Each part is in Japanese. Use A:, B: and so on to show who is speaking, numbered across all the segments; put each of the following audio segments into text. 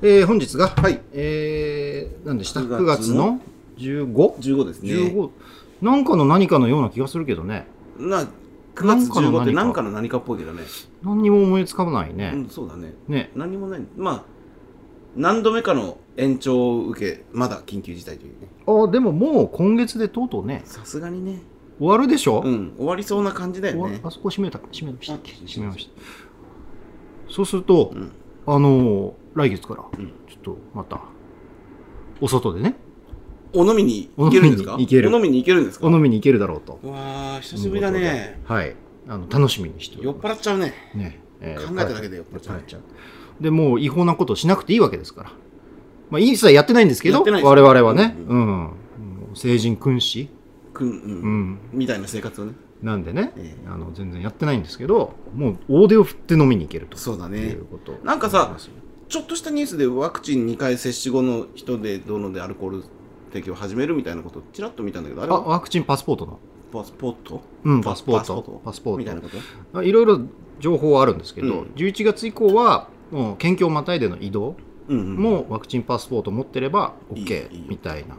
A: えー本日が、
B: はい
A: えー、何でした9
B: 9
A: 月の
B: 月の
A: 15?15、
B: 15ですね。
A: なんかの何かのような気がするけどね
B: な9月
A: なんかの何
B: 15
A: か
B: って何かの何かっぽいけどね。
A: 何にも思いつかないね、
B: うん、そうだね。
A: ね
B: 何もない。まあ、何度目かの延長を受け、まだ緊急事態というね。
A: あでももう今月でとうとうね
B: さすがにね。
A: 終わるでしょ、
B: うん、終わりそうな感じだ
A: 終
B: よ
A: わ
B: ね。
A: あそこ閉めた閉めましたっけ
B: あ
A: 閉めましたそうすると、
B: うん。
A: あのー来月から、
B: うん
A: ちょっとまたお外でね
B: お飲みに行けるんですか
A: お飲みに行ける
B: お飲みに行けるんですか
A: お飲みに行けるだろうと
B: うわあ久しぶりだね。
A: はいあの楽しみにしており
B: 酔っ
A: ます
B: 払っちゃうね。
A: ね、え
B: 考えただけで酔っ払っちゃう
A: 酔っうでもう違法なことしなくていいわけですから、まあ、一切やってないんですけ
B: や
A: ど
B: ってないです
A: 我
B: よ
A: 々はね、う
B: うん
A: もう成人君子、
B: くん、う。
A: うんん、
B: みたいな生活をね。
A: なんでね、
B: ええ
A: あの全然やってないんですけどもう大手を振って飲みに行けると
B: そうだ
A: い
B: ね
A: う。こと
B: なんかさちょっとしたニュースでワクチン2回接種後の人でどうのでアルコール提供を始めるみたいなことをちらっと見たんだけど、あ
A: あ
B: れは
A: ワクチンパスポートの
B: パスポート
A: うん、パ
B: パ
A: ス
B: ス
A: ポ
B: ポ
A: ー
B: ー
A: ト
B: ト。
A: パスポ
B: みたい
A: ー
B: なこと
A: ト。いろいろ情報はあるんですけど、
B: うん
A: 11月以降は、もう県境をまたいでの移動
B: うんうん
A: もワクチンパスポート持ってれば
B: いいい
A: OK
B: い
A: みたいな。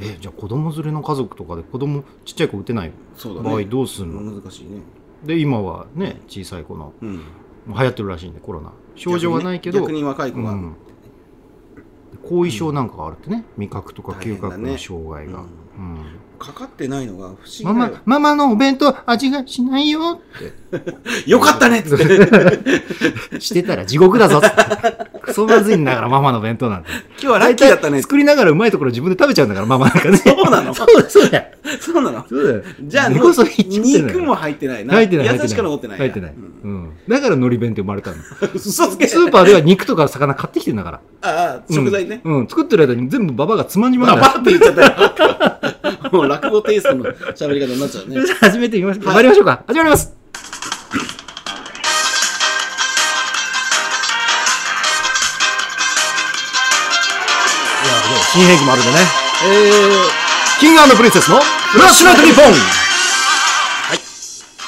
A: え、じゃあ子供連れの家族とかで子供ちっちゃい子打てない
B: そうだ
A: 場合
B: ね。
A: どうすんの
B: 難しいね。
A: で、今はね、小さい子の、
B: うん。
A: 流行ってるらしいんで、コロナ。症状はないけど、
B: 逆にね逆に若い子が。
A: うん後遺症なんかがあるってね、味覚とか
B: 大
A: 嗅
B: 変だ
A: 覚
B: ね
A: の障害が。うん
B: かかってないのが不思議だ
A: マ
B: よ。
A: マ、ママのお弁当味がしないよって。
B: よかったねっつって。今
A: してたら地獄だぞっつ って。クソまずいんだから、ママの弁当なんて。
B: 日はラッキーだったねっつっ
A: 作りながらうまいところ自分で食べちゃうんだから、ママなんかね。
B: そうなの
A: そうだ、 そうだよ。
B: て。そうなの
A: そうだよ。
B: じゃあ、
A: 根
B: の
A: こそぎいっちゃってんだよ
B: 肉も入ってないな。
A: 入ってない、入って
B: 優しく
A: ない。
B: 残ってない。
A: 入ってない。
B: うん
A: うん。だから、海苔弁って生まれ たの。ス
B: 嘘つけ。
A: ーパーでは肉とか魚買ってきてんだから。
B: ああ、
A: うん
B: 食材ね。
A: うん。作ってる間に全部ババアがつまんじま
B: バ
A: う
B: バって言っちゃったよ。もう落語テイストの喋り方になっちゃうね。
A: じゃあ 始めてみましょう。
B: はい
A: 参りましょうか。始まります。いや、でも新兵器もあるんでね。えー、キングプリンセスのフラッシュナイトニッポン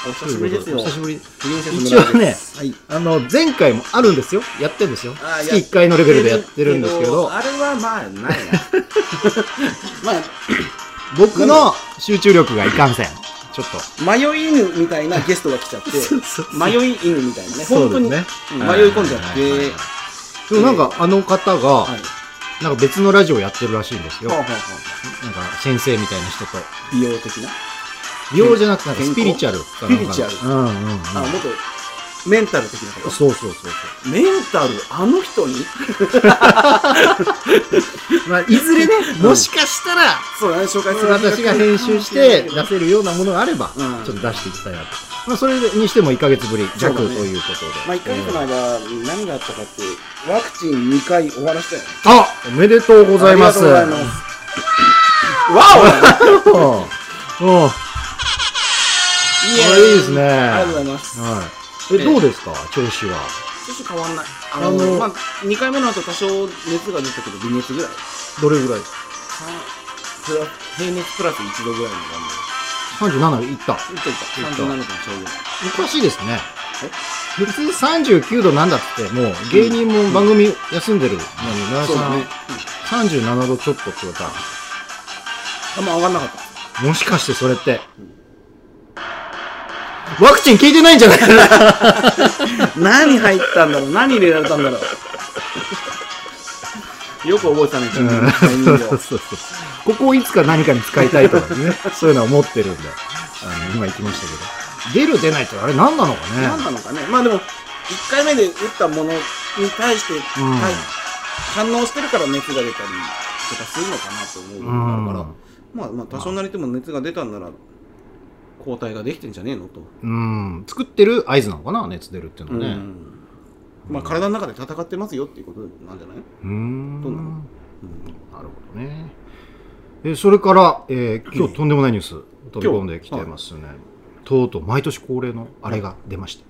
B: お久しぶりですよ。
A: お久しぶり。
B: プリンセス村
A: 一応ね
B: ですはい。
A: あの、前回もあるんですよ。やってるんですよ。
B: あー
A: 月1回のレベルでやってるんですけど、
B: あれはまあ、ないな。ま
A: 僕の集中力がいかんせん。ちょっと。
B: あ、迷い犬みたいなゲストが来ちゃって、 迷い犬みたいなね。
A: そう
B: 本
A: で
B: 当
A: す
B: に
A: ね
B: 迷い
A: はい
B: 込んじゃっ
A: はいはいはい
B: て。
A: でもなんかあの方が、
B: はい。
A: なんか別のラジオやってるらしいんですよ。
B: ほうほうほ
A: なん
B: う
A: か先生みたいな人と。
B: 美容的な。
A: 美容じゃなくてなんか
B: 健
A: ス
B: 康
A: ピリチュアルかなんか
B: スピリチュ
A: うんうんうん。
B: あ、もっとメンタル的なこと。
A: そうそうそうそ
B: メンタル、あの人に
A: う。まあ、いずれね、
B: う ん
A: もしかしたら、
B: そうだね、紹介する
A: 私が編集して出せるようなものがあれば、ち
B: う
A: ょっ
B: ん
A: と出していきたいなと。まあ、それにしても1ヶ月ぶり
B: そう
A: 弱
B: だ
A: と
B: ね
A: いうことで。
B: まあ、1ヶ月の
A: えー
B: 間、何があったかって、ワクチン2回終わらせたよね。
A: あおめでとうございます。
B: ありがとうございます。わお
A: うんうんあ
B: い
A: いいですね。
B: ありがとうございます。
A: はい。え、
B: ええ
A: どうですか調子は。
B: 少し変わんない。あ
A: あ
B: の、
A: の
B: まあ、2回目の後多少熱が出たけど、微熱ぐらい。
A: どれぐらい
B: さプラ平熱プラス1度ぐらいの感
A: ?37 いった。
B: じ。いったいった。37度のちょうど。
A: おかしいですね。普通39度なんだって、もう芸人も番組休んでるのに、奈
B: そう
A: 良
B: だね。
A: さん37度ちょっとってことは、
B: あんま上がんなかった。
A: もしかしてそれって、ワクチン効いてないんじゃないかな
B: 何入ったんだろう何入れられたん だろうよく覚えたね、自分のタイミングを
A: そうそうそう ここをいつか何かに使いたいと かね、そういうのは思ってるんで、あの今行きましたけど。出る出ないってあれ何なのかね
B: 何なのかね。まあでも、1回目で打ったものに対して、
A: うん
B: はい反応してるから熱が出たりとかするのかなと思う部分があるから、まあまあ多少なりとも熱が出たんなら、抗体ができてんじゃねえのと。
A: うん。うん。作ってる合図なのかな熱出るっていうのは
B: う
A: ね。
B: んまあ体の中で戦ってますよっていうことなんじゃない、
A: うーん。
B: どうなの
A: なるほどね。えそれから、えー今日とんでもないニュース飛び込んできてますね。とうとう毎年恒例のあれが出ました。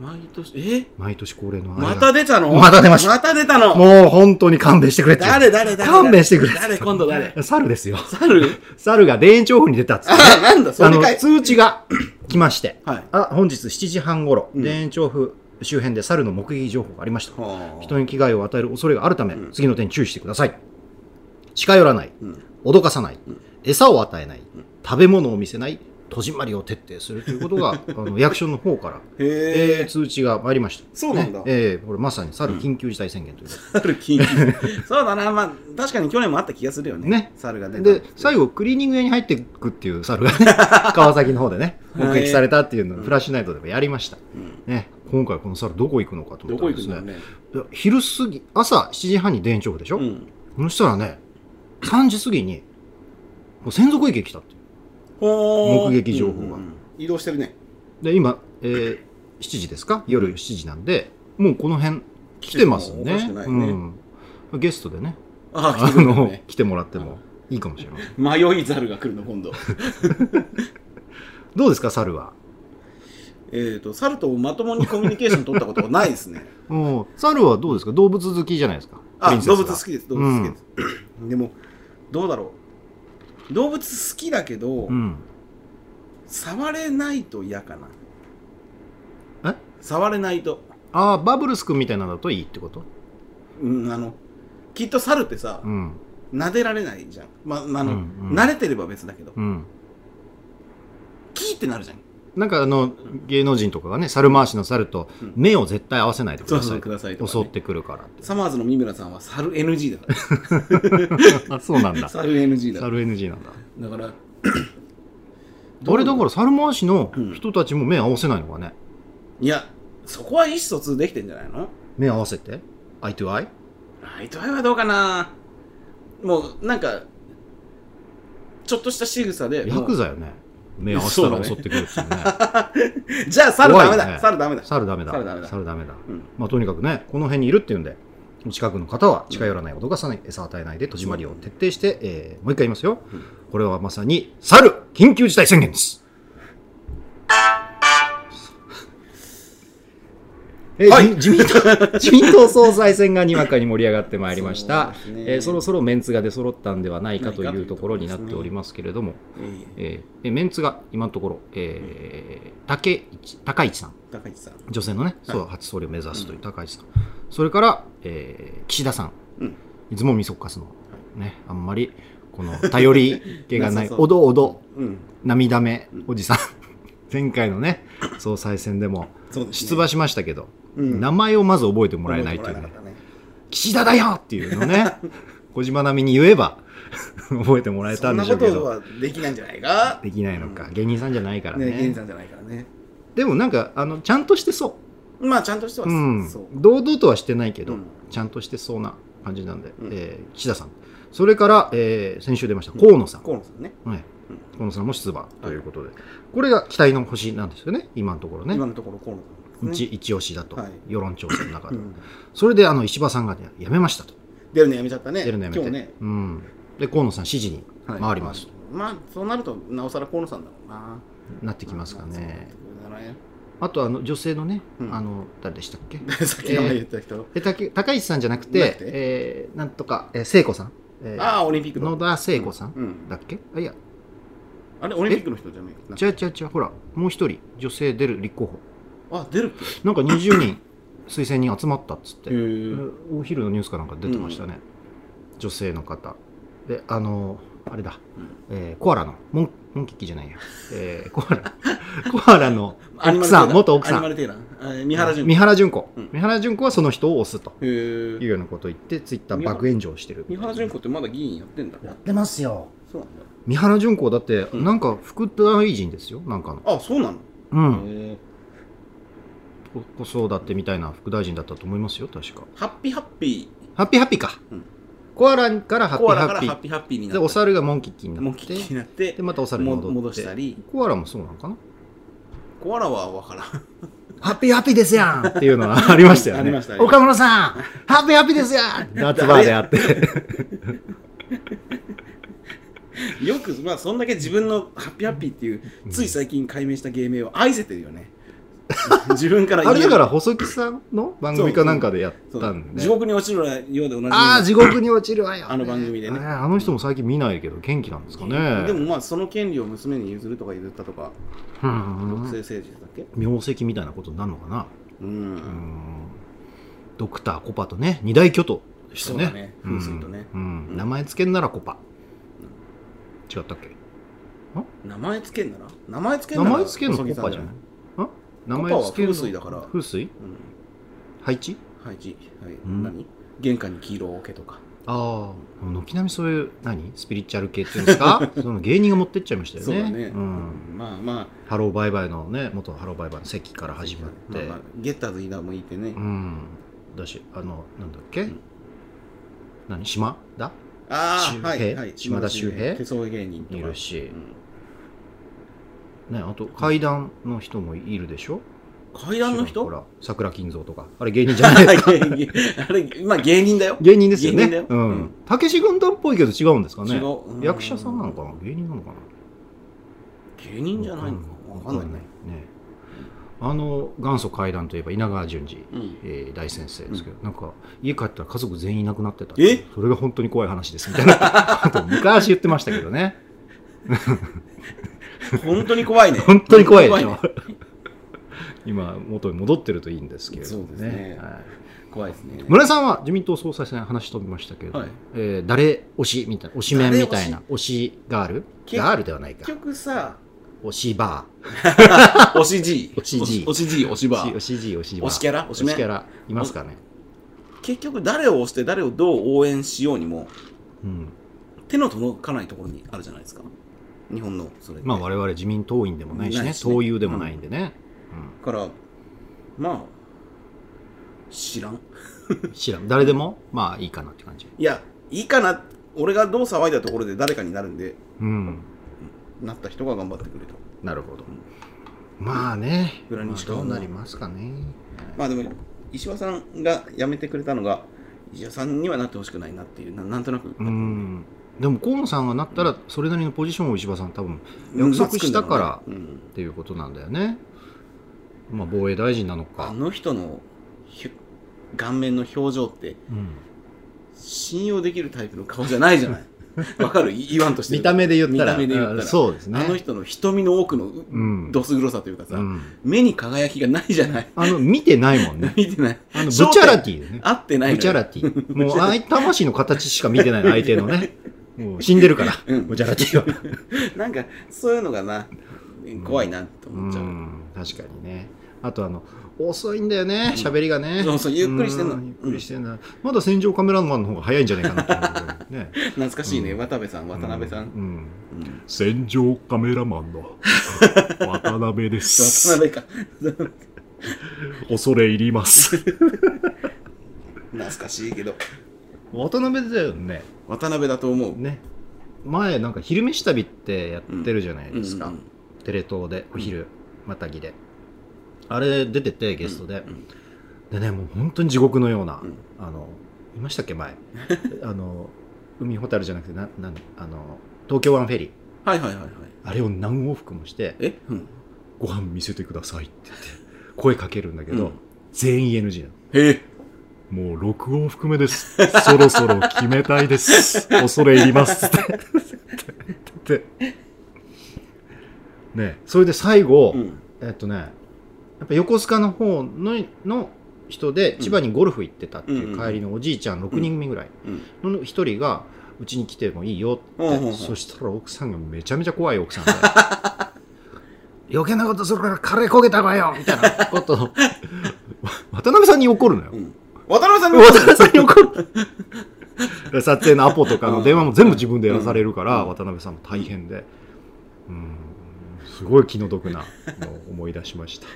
B: 毎年、え
A: 毎年恒例のあれが。
B: また出たの
A: また出ました
B: また出たの
A: もう本当に勘弁してくれって。
B: 誰誰誰
A: 勘弁してくれって。
B: 誰今度誰
A: 猿ですよ。
B: 猿
A: 猿が田園調布に出たっつって。
B: あ、なんだ、そ
A: あ
B: れ
A: の
B: かい。
A: 通知が来まして。
B: はい。
A: あ、本日7時半頃、
B: うん
A: 田園調布周辺で猿の目撃情報がありました
B: はあ
A: 人に危害を与える恐れがあるため、
B: うん
A: 次の点に注意してください近寄らない
B: うん
A: 脅かさない、
B: うん
A: 餌を与えない、
B: ん
A: 食べ物を見せない戸締まりを徹底するということ があの役所の方から、
B: へ
A: えー
B: え
A: 通知が参りました
B: そうなんだ
A: ねえーこれまさに猿緊急事態宣言ということで
B: 猿 禁止そうだなまあ確かに去年もあった気がするよね
A: ね
B: 猿が出
A: で最後クリーニング屋に入っていくっていう猿が ね川崎の方でね目撃されたっていうのをフラッシュナイトでもやりました、
B: うん
A: ね、今回この猿どこ行くのかと思
B: ど
A: ったんで
B: こ行く
A: す
B: んだろう
A: ね
B: ね
A: いや昼過ぎ朝7時半に田園調布でしょ、
B: うん
A: そしたらね3時過ぎにもう専属駅来たっていう
B: ほー
A: 目撃情報が
B: うんうんうん移動してるね
A: で今、えー7時ですか夜7時なんでもうこの辺来てますね
B: 来てもおかしくないね
A: うん、ゲストでね
B: ああ
A: あ
B: 来てくれた
A: の
B: ね
A: 来てもらってもいいかもしれません
B: 迷い猿が来るの今度
A: どうですか猿は
B: えっと猿とまともにコミュニケーション取ったことはないですね
A: うん猿はどうですか動物好きじゃないですかプ
B: あ
A: リンセスが
B: 動物好きです動物好きです、でもどうだろう動物好きだけど、
A: うん
B: 触れないと嫌かな
A: え
B: 触れないと
A: ああバブルス君みたいなのだといいってこと
B: うんあのきっと猿ってさ、
A: うん
B: 撫でられないじゃんまああの、
A: うんうん
B: 慣れてれば別だけど、
A: うん
B: キーってなるじゃん
A: なんかあの芸能人とかがね猿回しの猿と
B: うん
A: 目を絶対合わせないでく
B: そう
A: ださ
B: そ
A: いっ
B: う
A: て
B: くださいとか、
A: 襲っ
B: ね、
A: てくるからって
B: サマーズの三村さんは猿 NG だか
A: あ そうなん
B: ら
A: だ
B: 猿 NG だから
A: 猿 NG なんだ
B: だから
A: あれだから猿回しの
B: うん
A: 人たちも目合わせないのかね
B: いやそこは意思疎通できてんじゃないの
A: 目合わせて eye to eye?
B: アイトアイはどうかなもうなんかちょっとした仕草で
A: ヤク
B: も
A: ザよね目合わせた
B: そうだ
A: ら
B: ね
A: 襲ってくるっていうね
B: うじゃあ猿ダメだ、
A: 怖いね
B: 猿ダメ だ
A: 猿ダメだ
B: 猿ダメだ
A: 猿ダメだ
B: うん
A: まあとにかくねこの辺にいるっていうんでお近くの方は近寄らない脅かさない餌与えないで戸締まりを徹底して、えーもう一回言いますよ、
B: うん
A: これはまさに猿緊急事態宣言ですえー
B: はい
A: 自自民党自民党総裁選がにわかに盛り上がってまいりました
B: そうですね
A: えーそろそろメンツが出揃ったんではないかというところになっておりますけれども、
B: いえいえ
A: えーえーメンツが今のところ、えー竹市高市さん
B: 高市さん
A: 女性のね、そう
B: はい
A: 初総理を目指すという高市さん、それから、えー岸田さん、
B: うん
A: いつもみそかすの、ね、あんまりこの頼り気がない、
B: なさそう
A: おどおど、
B: うん
A: 涙目
B: うん
A: おじさん、 前回のね、総裁選でも
B: そうですね
A: 出馬しましたけど、
B: うん
A: 名前をまず覚えてもらえないという
B: 覚え
A: ね
B: て、もらえなかったね
A: 岸田だよっていうの ね、小島奈美に言えば覚えてもらえたんでしょうけ
B: そんな
A: ど、
B: ことはできないんじゃないか
A: できないのか、芸人さんじゃないから
B: ね
A: ね。
B: 芸人さんじゃないからね
A: でもなんかあの、ちゃんとしてそう。
B: まあちゃんとしては
A: うん
B: そう、
A: 堂々とはしてないけど、
B: うん
A: ちゃんとしてそうな感じなんで、
B: うん
A: えー岸田さん、それから、えー先週出ました
B: うん
A: 河野さん、
B: 河野さんね
A: はい河野さんも出馬ということで、これが期待の星なんですよね、今のところね、
B: 今のところ河野さんです
A: 一
B: ね
A: 一押しだと、
B: はい
A: 世論調査の中
B: う
A: で、
B: ん
A: それであの石破さんが、ね、辞めましたと、
B: 出るのやめちゃったね
A: 出るのやめ
B: 今
A: て、
B: 日ね
A: うん、で河野さん、支持に
B: はい
A: 回ります、
B: まあそうなるとなおさら河野さんだろうな
A: なってきますか
B: まあそうなっ
A: ね
B: て、くるだろうね
A: あとあの女性のね、
B: うん
A: あの誰でしたっけ、
B: さっき名前言った人
A: えたけ高市さんじゃなく
B: な
A: て
B: く、て
A: えーなんとか、えー聖子さん、えー
B: ああオリンピックの
A: 野田聖子さん
B: うん
A: だっけあいや
B: あれオリンピックの人じゃない
A: 違う違う違うほらもう一人女性出る立候補
B: あ出るっ
A: なんか20人 推薦人集まったっつって、
B: けへー
A: お昼のニュースかなんか出てましたね、女性の方であのあれだ、えーコアラのモンモンキッキーじゃないや、えーコア ラコアラの
B: アニ
A: 奥
B: マルテイ
A: さ
B: ラ
A: ん
B: ー
A: 元奥さ
B: アニマ
A: ん
B: ルテイラーあ三原
A: 三
B: 淳
A: 原純子、
B: うん
A: 三原純子はその人を推すと
B: 子へ
A: いう
B: え
A: ようなことを言ってツイッター爆炎上してる
B: 三原淳子ってまだ議員やってんだ
A: やってますよ
B: そうなんだ
A: 三原純子だって
B: うん
A: なんか副大臣ですよなんかの
B: あそうなの
A: うん
B: へえ
A: 子子育てみたいな副大臣だったと思いますよ、確か。
B: ハッピーハッピ
A: ハッピーハッピーか。
B: うん
A: コアラからハ
B: ー
A: ッピ
B: コ
A: ー
B: ア
A: ハ
B: ラから
A: ッピ
B: ハ
A: ー
B: ッ。ピーハッピーにな
A: で、お
B: って
A: 猿がモンキッキーにな
B: もう
A: っ
B: キ
A: て、
B: ッキーになって
A: で、またお猿に
B: も
A: 戻って
B: 戻したり
A: コアラもそうなのかな
B: コアラは分からん
A: ハッピーハッピーですやんっていうのはありましたよね。
B: ありましたありました
A: 岡村さんハッピーハッピーですやん夏バーであ って。
B: よく、まあ、そんだけ自分のハッピーハッピーっていう、つい最近解明した芸名を愛せてるよ ね。自分から言
A: あ
B: え
A: れ
B: る
A: だから細木さんの番組かなんかでやっ
B: そう
A: たんで
B: 地。獄に落ちるようで同じみの
A: ああ、地獄に落ちるわよ。
B: あの番組でね
A: えーあの人も最近見ないけど、元気なんですかね。
B: でも、まあ、その権利を娘に譲るとか譲ったとか、
A: うんうんう
B: 独
A: ん、
B: 制政治だっけ
A: 名跡みたいなことになるのかな
B: う。
A: うんんドクターコパとね二大巨頭でした
B: そう
A: ね
B: だね。風水とね。
A: うんうん
B: うん
A: 名前つけんならコパ違ったっけ
B: 名前つけんなら名前つけん
A: 名
B: なら
A: 前つけんのコ
B: 細木さ
A: パじゃないん名
B: コ
A: 前
B: パは
A: つけんの
B: 風水だから
A: 風水
B: うん。
A: 配置
B: はい、じはい。
A: ん
B: 何玄関に黄色を置けとか。
A: ああ軒並みそういう何スピリチュアル系っていうんです かその芸人が持ってっちゃいましたよね
B: そうだね。
A: ん、
B: まあまあ。
A: ハローバイバイのね元ハローバイバイの席から始まって、
B: ああゲッターズ飯田もいてね。
A: うんだしあのなんだっけ、
B: うん
A: 何島だ
B: あ
A: 周
B: あ、は
A: 平
B: い、はい。
A: 島田周平
B: 手相芸人と
A: い
B: か。
A: るし
B: う、ん
A: ね、あと階段の人もいるでしょ
B: 階段の人
A: ほら桜金蔵とかあれ芸人じゃない ですか
B: 芸人あれ、まあ芸人だよ。
A: 芸人ですよね
B: 芸人だよ
A: うん
B: うん
A: たけし軍団っぽいけど違うんですかね
B: 違う。う
A: 役者さんなのかな芸人なのかな
B: 芸人じゃないのか
A: う
B: わかんないね。
A: ねあの元祖怪談といえば稲川淳二、
B: うん。
A: えー大先生ですけど、なんか家帰ったら家族全員いなくなってた
B: え
A: それが本当に怖い話ですみたいな ことを昔言ってましたけどね
B: 本当に怖いね。
A: 本当に怖いでし
B: ね
A: ょ今元に戻ってるといいんですけれども
B: そうですね
A: はい
B: 怖いですね。
A: 村井さんは自民党総裁選話飛びましたけれど、
B: はい
A: えー誰推しみたいな推しメンみたいな
B: 誰
A: 推しガール
B: け
A: ガールではないか
B: 結 局さ、
A: 推しバ
B: 推し G。
A: 推し G
B: 推し G、推し
A: ー推
B: バ
A: し推し G 推しバー
B: 推しキャラ推し
A: 推
B: メ
A: しキャ
B: ン
A: ラいますかね、
B: 結局誰を推して誰をどう応援しようにも、
A: うん、
B: 手の届かないところにあるじゃないですか。日本の、それって。
A: まあ我々自民党員でもないし
B: な
A: ね
B: いしね
A: 党友でもないんでね、
B: だから、まあ、知らん。
A: うん知らん誰でもまあいいかなって感じ
B: いや、いいかな。俺がどう騒いだところで誰かになるんで、
A: うん
B: なった人が頑張ってくれと。
A: なるほどまあね、
B: 裏に
A: まあ
B: しか
A: どうなりますかね
B: まあでも、石破さんが辞めてくれたのが、石破さんにはなってほしくないなっていう、ななんとなく。
A: うんでも河野さんがなったらそれなりのポジションを石破さん多分
B: うん
A: 約束したから
B: うん
A: っていうことなんだよね。まあ、防衛大臣なの
B: あ
A: か、
B: の人のひ顔面の表情って、
A: うん
B: 信用できるタイプの顔じゃないじゃ ない。わかるい言わんとしてる
A: 見た目で言ったら
B: 見た目で言ったら
A: うんそうですね
B: あの人の瞳の奥のう
A: うん
B: どす黒さというかさ、
A: うん、
B: 目に輝きがないじゃない。
A: あの見てないもんね
B: 見てない。
A: あのブチ
B: 焦点
A: ャラティでね
B: 合ってないのよ
A: ブチャラテ ィもうあい魂の形しか見てないの相手のね もう死んでるから、
B: うん
A: ブチャラティは
B: なんか、そういうのがな、怖いなと思っちゃう。
A: 確かにねあとあの遅いんだよね喋りがね、
B: そうそうゆっくりしてんの
A: うんゆっくりしてんだ、まだ戦場カメラマンの方が早いんじゃないかなと思うけどね
B: 懐かしいね、
A: うん
B: 渡部さん、渡辺さ。
A: うんん
B: うん
A: 戦場カメラマ ンの渡辺で
B: 渡辺か。
A: 恐れ入ります
B: 懐かしいけど。
A: 渡辺だよね
B: 渡辺だと思う。
A: ね前なんか昼飯旅ってやってるじゃないですか、
B: うんうん
A: テレ東でお昼またぎであれ出ててゲストで、
B: うん
A: でねもう本当に地獄のような、
B: うん
A: あのいましたっけ前 あの海ホタルじゃなくてななんあの東京湾フェリー
B: はいはいはいはい。
A: あれを何往復もして
B: え、うん、
A: 「ご飯見せてください」って言って声かけるんだけど、
B: うん
A: 全員 NG なの
B: へえ。
A: もう6往復目です。そろそろ決めたい です。恐れ入ります。って言って。ねそれで最後、
B: うん。
A: えっとね、やっぱ横須賀の方のの人で千葉にゴルフ行ってたっていう帰りのおじいちゃん6人組ぐらい
B: うん。
A: の1人が、うちに来てもいいよって、
B: うんうんうん
A: そしたら奥さんがめちゃめちゃ怖い 奥さんで余計なことするからカレー焦げたわよみたいなことを 渡辺さんに怒るのよ
B: う。ん、渡辺さんの
A: 渡辺さんに怒る 撮影のアポとかの電話も全部自分でやらされるから、
B: うん
A: 渡辺さんも大変で、うん、すごい気の毒なのを思い出しました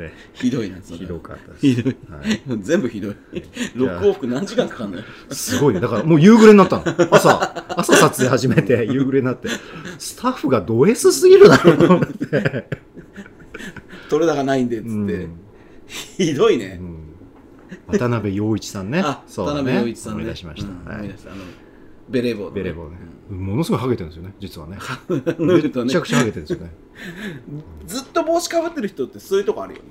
A: ね
B: ひどいな、それ
A: ひどかったです
B: ひどい。
A: はい、
B: 全部ひどい。
A: じ
B: 六
A: ゃあ
B: 往復何時間かかんのよ。
A: すごいねだからもう夕暮れになったの朝朝撮影始めて夕暮れになってスタッフがド S すぎるだろうと思って
B: 取れ高ないんで、つって。
A: うん
B: ひどいね
A: う。ん渡辺陽一さんね
B: あ、
A: そう
B: 渡
A: だね
B: 辺陽一さんね。
A: 思い出しました、
B: うん
A: はい
B: 思い出した。あの、ベレー帽のね。
A: ベレー帽ね
B: うん、
A: ものすごいハゲてるんですよね実はね
B: 脱ぐと
A: め
B: ね
A: ちゃくちゃハゲてるんですよね
B: ずっと帽子かぶってる人ってそういうとこあるよね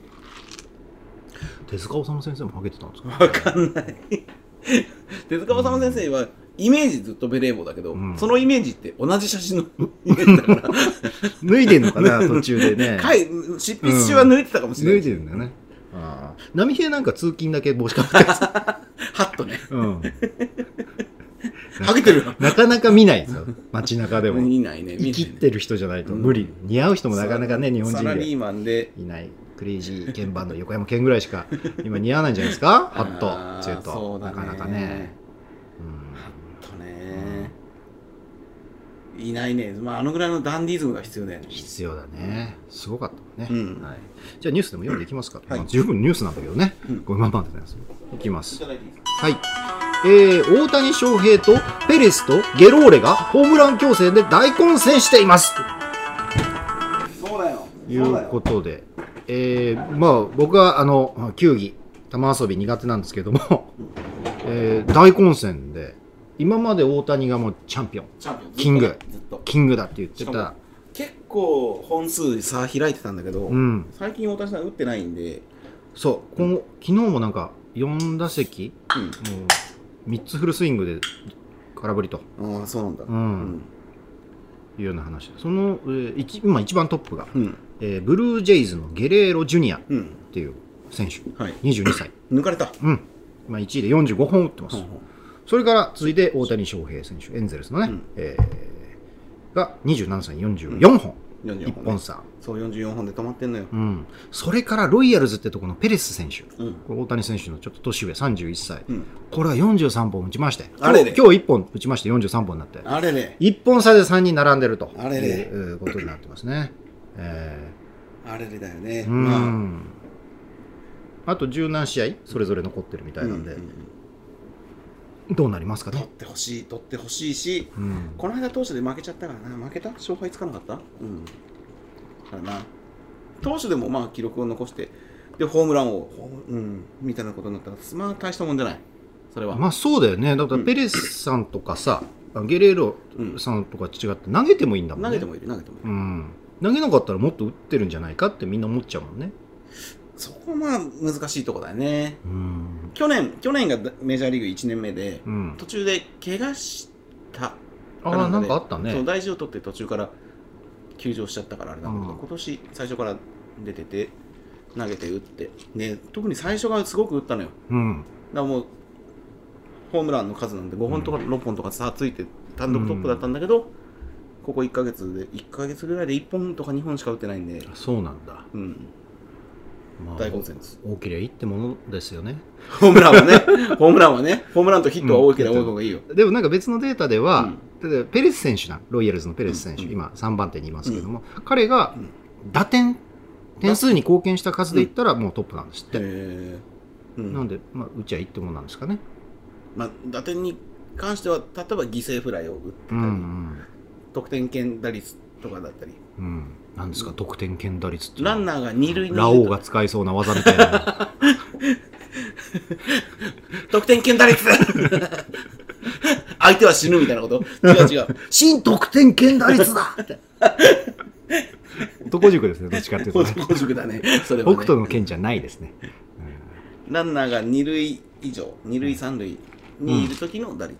A: 手塚治虫先生もハゲてたんですか
B: わかんない手塚治虫先生はイメージずっとベレー帽だけど、
A: うん
B: そのイメージって同じ写 真のイメージだか
A: 脱いでんのかな途中でね
B: ら、かい執筆中は抜いてたかもし
A: 脱
B: れない
A: いでるんだよねあ波平なんか通勤だけ帽子かぶってます。
B: ハッとね。
A: うん。
B: ハゲてるよ。
A: なかなか見ないですよ。街中でも。
B: いないね。
A: 生きてる人じゃないと無理。似合う人もなかなかね、日本人
B: サラ
A: で
B: リーマンで。
A: いない。クレイジー鍵盤の横山健ぐらいしか今似合わないんじゃないですかハッ
B: あー
A: ト、チェー
B: そ
A: ト。
B: うだ
A: な
B: ね
A: かなかね。うん
B: ハッとね。いないね。まあ、あのぐらいのダンディズムが必要だよね。
A: 必要だね。すごかったね。
B: うん
A: はい、じゃあニュースでも読んでいきますか。
B: はい
A: まあ十分ニュースなんだけどね。
B: うん
A: ごめん、まんまんでございます。いきます。
B: だいていいですか
A: はい。えー、大谷翔平とペレスとゲローレがホームラン競戦で大混戦しています
B: そうだよ。
A: ということで、えー、まあ僕はあの、球技、球遊び苦手なんですけども、 えー、大混戦で、今まで大谷がもうチャンピオン、
B: チャンピオン
A: キング
B: ずっと。
A: キングだって言って
B: しか
A: た
B: も。結構本数差開いてたんだけど、
A: うん。
B: 最近大谷さん打ってないんで、
A: そう、今後昨日もなんか4打席、もう3つフルスイングで空振りと
B: うん、ああそうなんだ、
A: う
B: うん
A: いうような話でその、えー一今一番トップが、
B: うん
A: えーブルージェイズのゲレーロジュニアっ
B: うん
A: ていう選手
B: はい
A: 22歳、
B: 抜かれた、
A: うんまあ、1位で45本打ってます、
B: うん
A: それから続いて大谷翔平選手エンゼルスのね、
B: うん
A: えーが27歳44本、
B: 44
A: 1
B: 本、
A: 本
B: ね、
A: 差、
B: そう44本で止まってんのよ、
A: うん、それからロイヤルズってとこのペレス選手
B: うん
A: これ大谷選手のちょっと年上31歳、
B: うん、
A: これは43本打ちまして
B: あれれ
A: 今日1本打ちまして43本になって
B: あれれ
A: 1本差で3人並んでると
B: あれれ
A: いうことになってますね。え
B: あれれだよね、
A: ー、う
B: まあ
A: んあと十何試合それぞれ残ってるみたいなんで、
B: うんうん
A: どうなりますか
B: 取っ
A: ね。
B: てほしい取ってほしいし
A: うん
B: この間投手で負けちゃったからな負けた勝敗つかなかったうんだからな投手でもまあ記録を残してでホームランを、ホームうん、みたいなことになったらまあ大したもんじゃないそれは、
A: まあそうだよね。だから
B: うん
A: ペレスさんとかさ、ゲレーロ
B: うん
A: さんとか違って投げてもいいんだもんね。
B: 投げてもいる投げてもいる、
A: うん。投げなかったらもっと打ってるんじゃないかってみんな思っちゃうもんね。
B: そこはまあ難しいとこだよね
A: うん。
B: 去年去年がメジャーリーグ1年目で、
A: うん、
B: 途中で怪我した、
A: あ
B: な
A: あ、
B: ん
A: な
B: かね
A: んかあった
B: そう
A: ね。
B: 大事を取って途中から休場しちゃったからあれなんだけど、
A: うん
B: 今年最初から出てて投げて打ってで特に最初がすごく打ったのよ
A: うん。
B: だからもうホームランの数なんで5本とか6本とか差ついて単独トップだったんだけど、ここ1ヶ月で1ヶ月ぐらいで1本とか2本しか打ってないんで、
A: そうなんだ。
B: うん、
A: まあ、
B: 大混戦です
A: 多ければいいってものですよね。
B: ホームランはね、ホームランはね、ホームランとヒットは多いけど多い方がいいよ。
A: でもなんか別のデータでは、例えばペレス選手だロイヤルズのペレス選手、
B: うん
A: 今3番手にいますけども、彼が
B: うん
A: 打点点数に貢献した数で言ったらもうトップなんですって、
B: えーう
A: なん
B: ん
A: で、まあ、打ちゃいいってもんなんですかね、
B: まあ、打点に関しては、例えば犠牲フライを打ってた
A: う
B: り、
A: んうん
B: 得点圏打率とかだったり、
A: うん、なんですか得点圏打率って
B: ランナーが二塁にいる
A: ラオウが使いそうな技みたいな
B: 得点圏打率 相手は死ぬみたいなこと違う違う。
A: 新得点圏打率だって男 塾ですねどっちかっていうと、ね、
B: 男塾だね。それは、
A: 北
B: ね。
A: 斗の剣じゃないですね、
B: ランナーが二塁以上、二塁三塁にいる時の打率。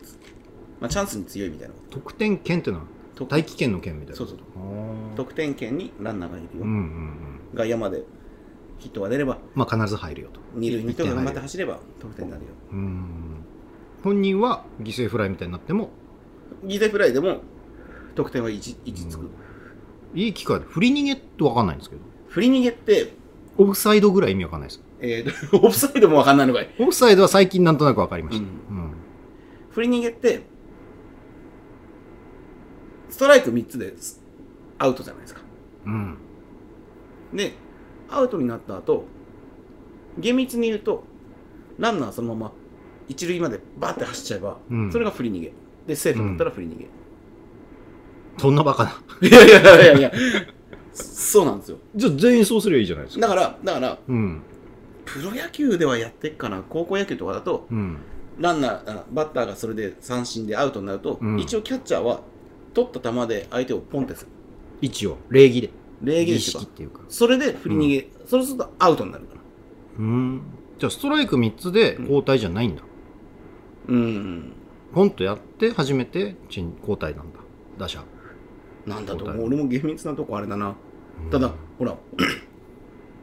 B: まあ、チャンスに強いみたいなこ
A: 得点圏っていうのは
B: と。
A: 大気圏の圏みたいな
B: そうそう
A: あー
B: 得点圏にランナーがいるよ。
A: うんうんうん
B: 外野までヒットが出れば、
A: まあ必ず入るよと
B: 二塁に人が頑張って走れば得点になるよ。
A: うん本人は犠牲フライみたいになっても
B: ギゼフライでも得点は 1, 一つく、
A: うんいい機会で振り逃げって分かんないんですけど
B: 振り逃げって、
A: オフサイドぐらい意味分かんないです
B: えー オフサイドもわかんないのかい、
A: オフサイドは最近なんとなく分かりました、うん
B: 振り逃げってストライク3つですアウトじゃないですか
A: うん
B: でアウトになった後厳密に言うとランナーそのまま一塁までバーって走っちゃえば、
A: うん
B: それが振り逃げでセーフだったら振り逃げ、
A: そんなバカない
B: やいやいやいやそうなんですよ
A: じゃあ全員そうすればいいじゃないです
B: だからだから
A: うん
B: プロ野球ではやってっかな高校野球とかだと
A: うん
B: ランナー、あバッターがそれで三振でアウトになると、
A: うん
B: 一応キャッチャーは取った球で相手をポンってする。
A: 一応礼儀で
B: 礼
A: 儀
B: 儀ですと
A: 式っ
B: か。
A: ていうか
B: それで振り逃げ、それするとアウトになるから。
A: うんじゃあストライク3つで交代じゃないんだ、
B: うん。
A: ポンとやって初めてチン交代なんだ打者
B: なんだと
A: そうだ
B: 思
A: ね
B: う。俺も厳密なとこあれだな。ただ、ほら、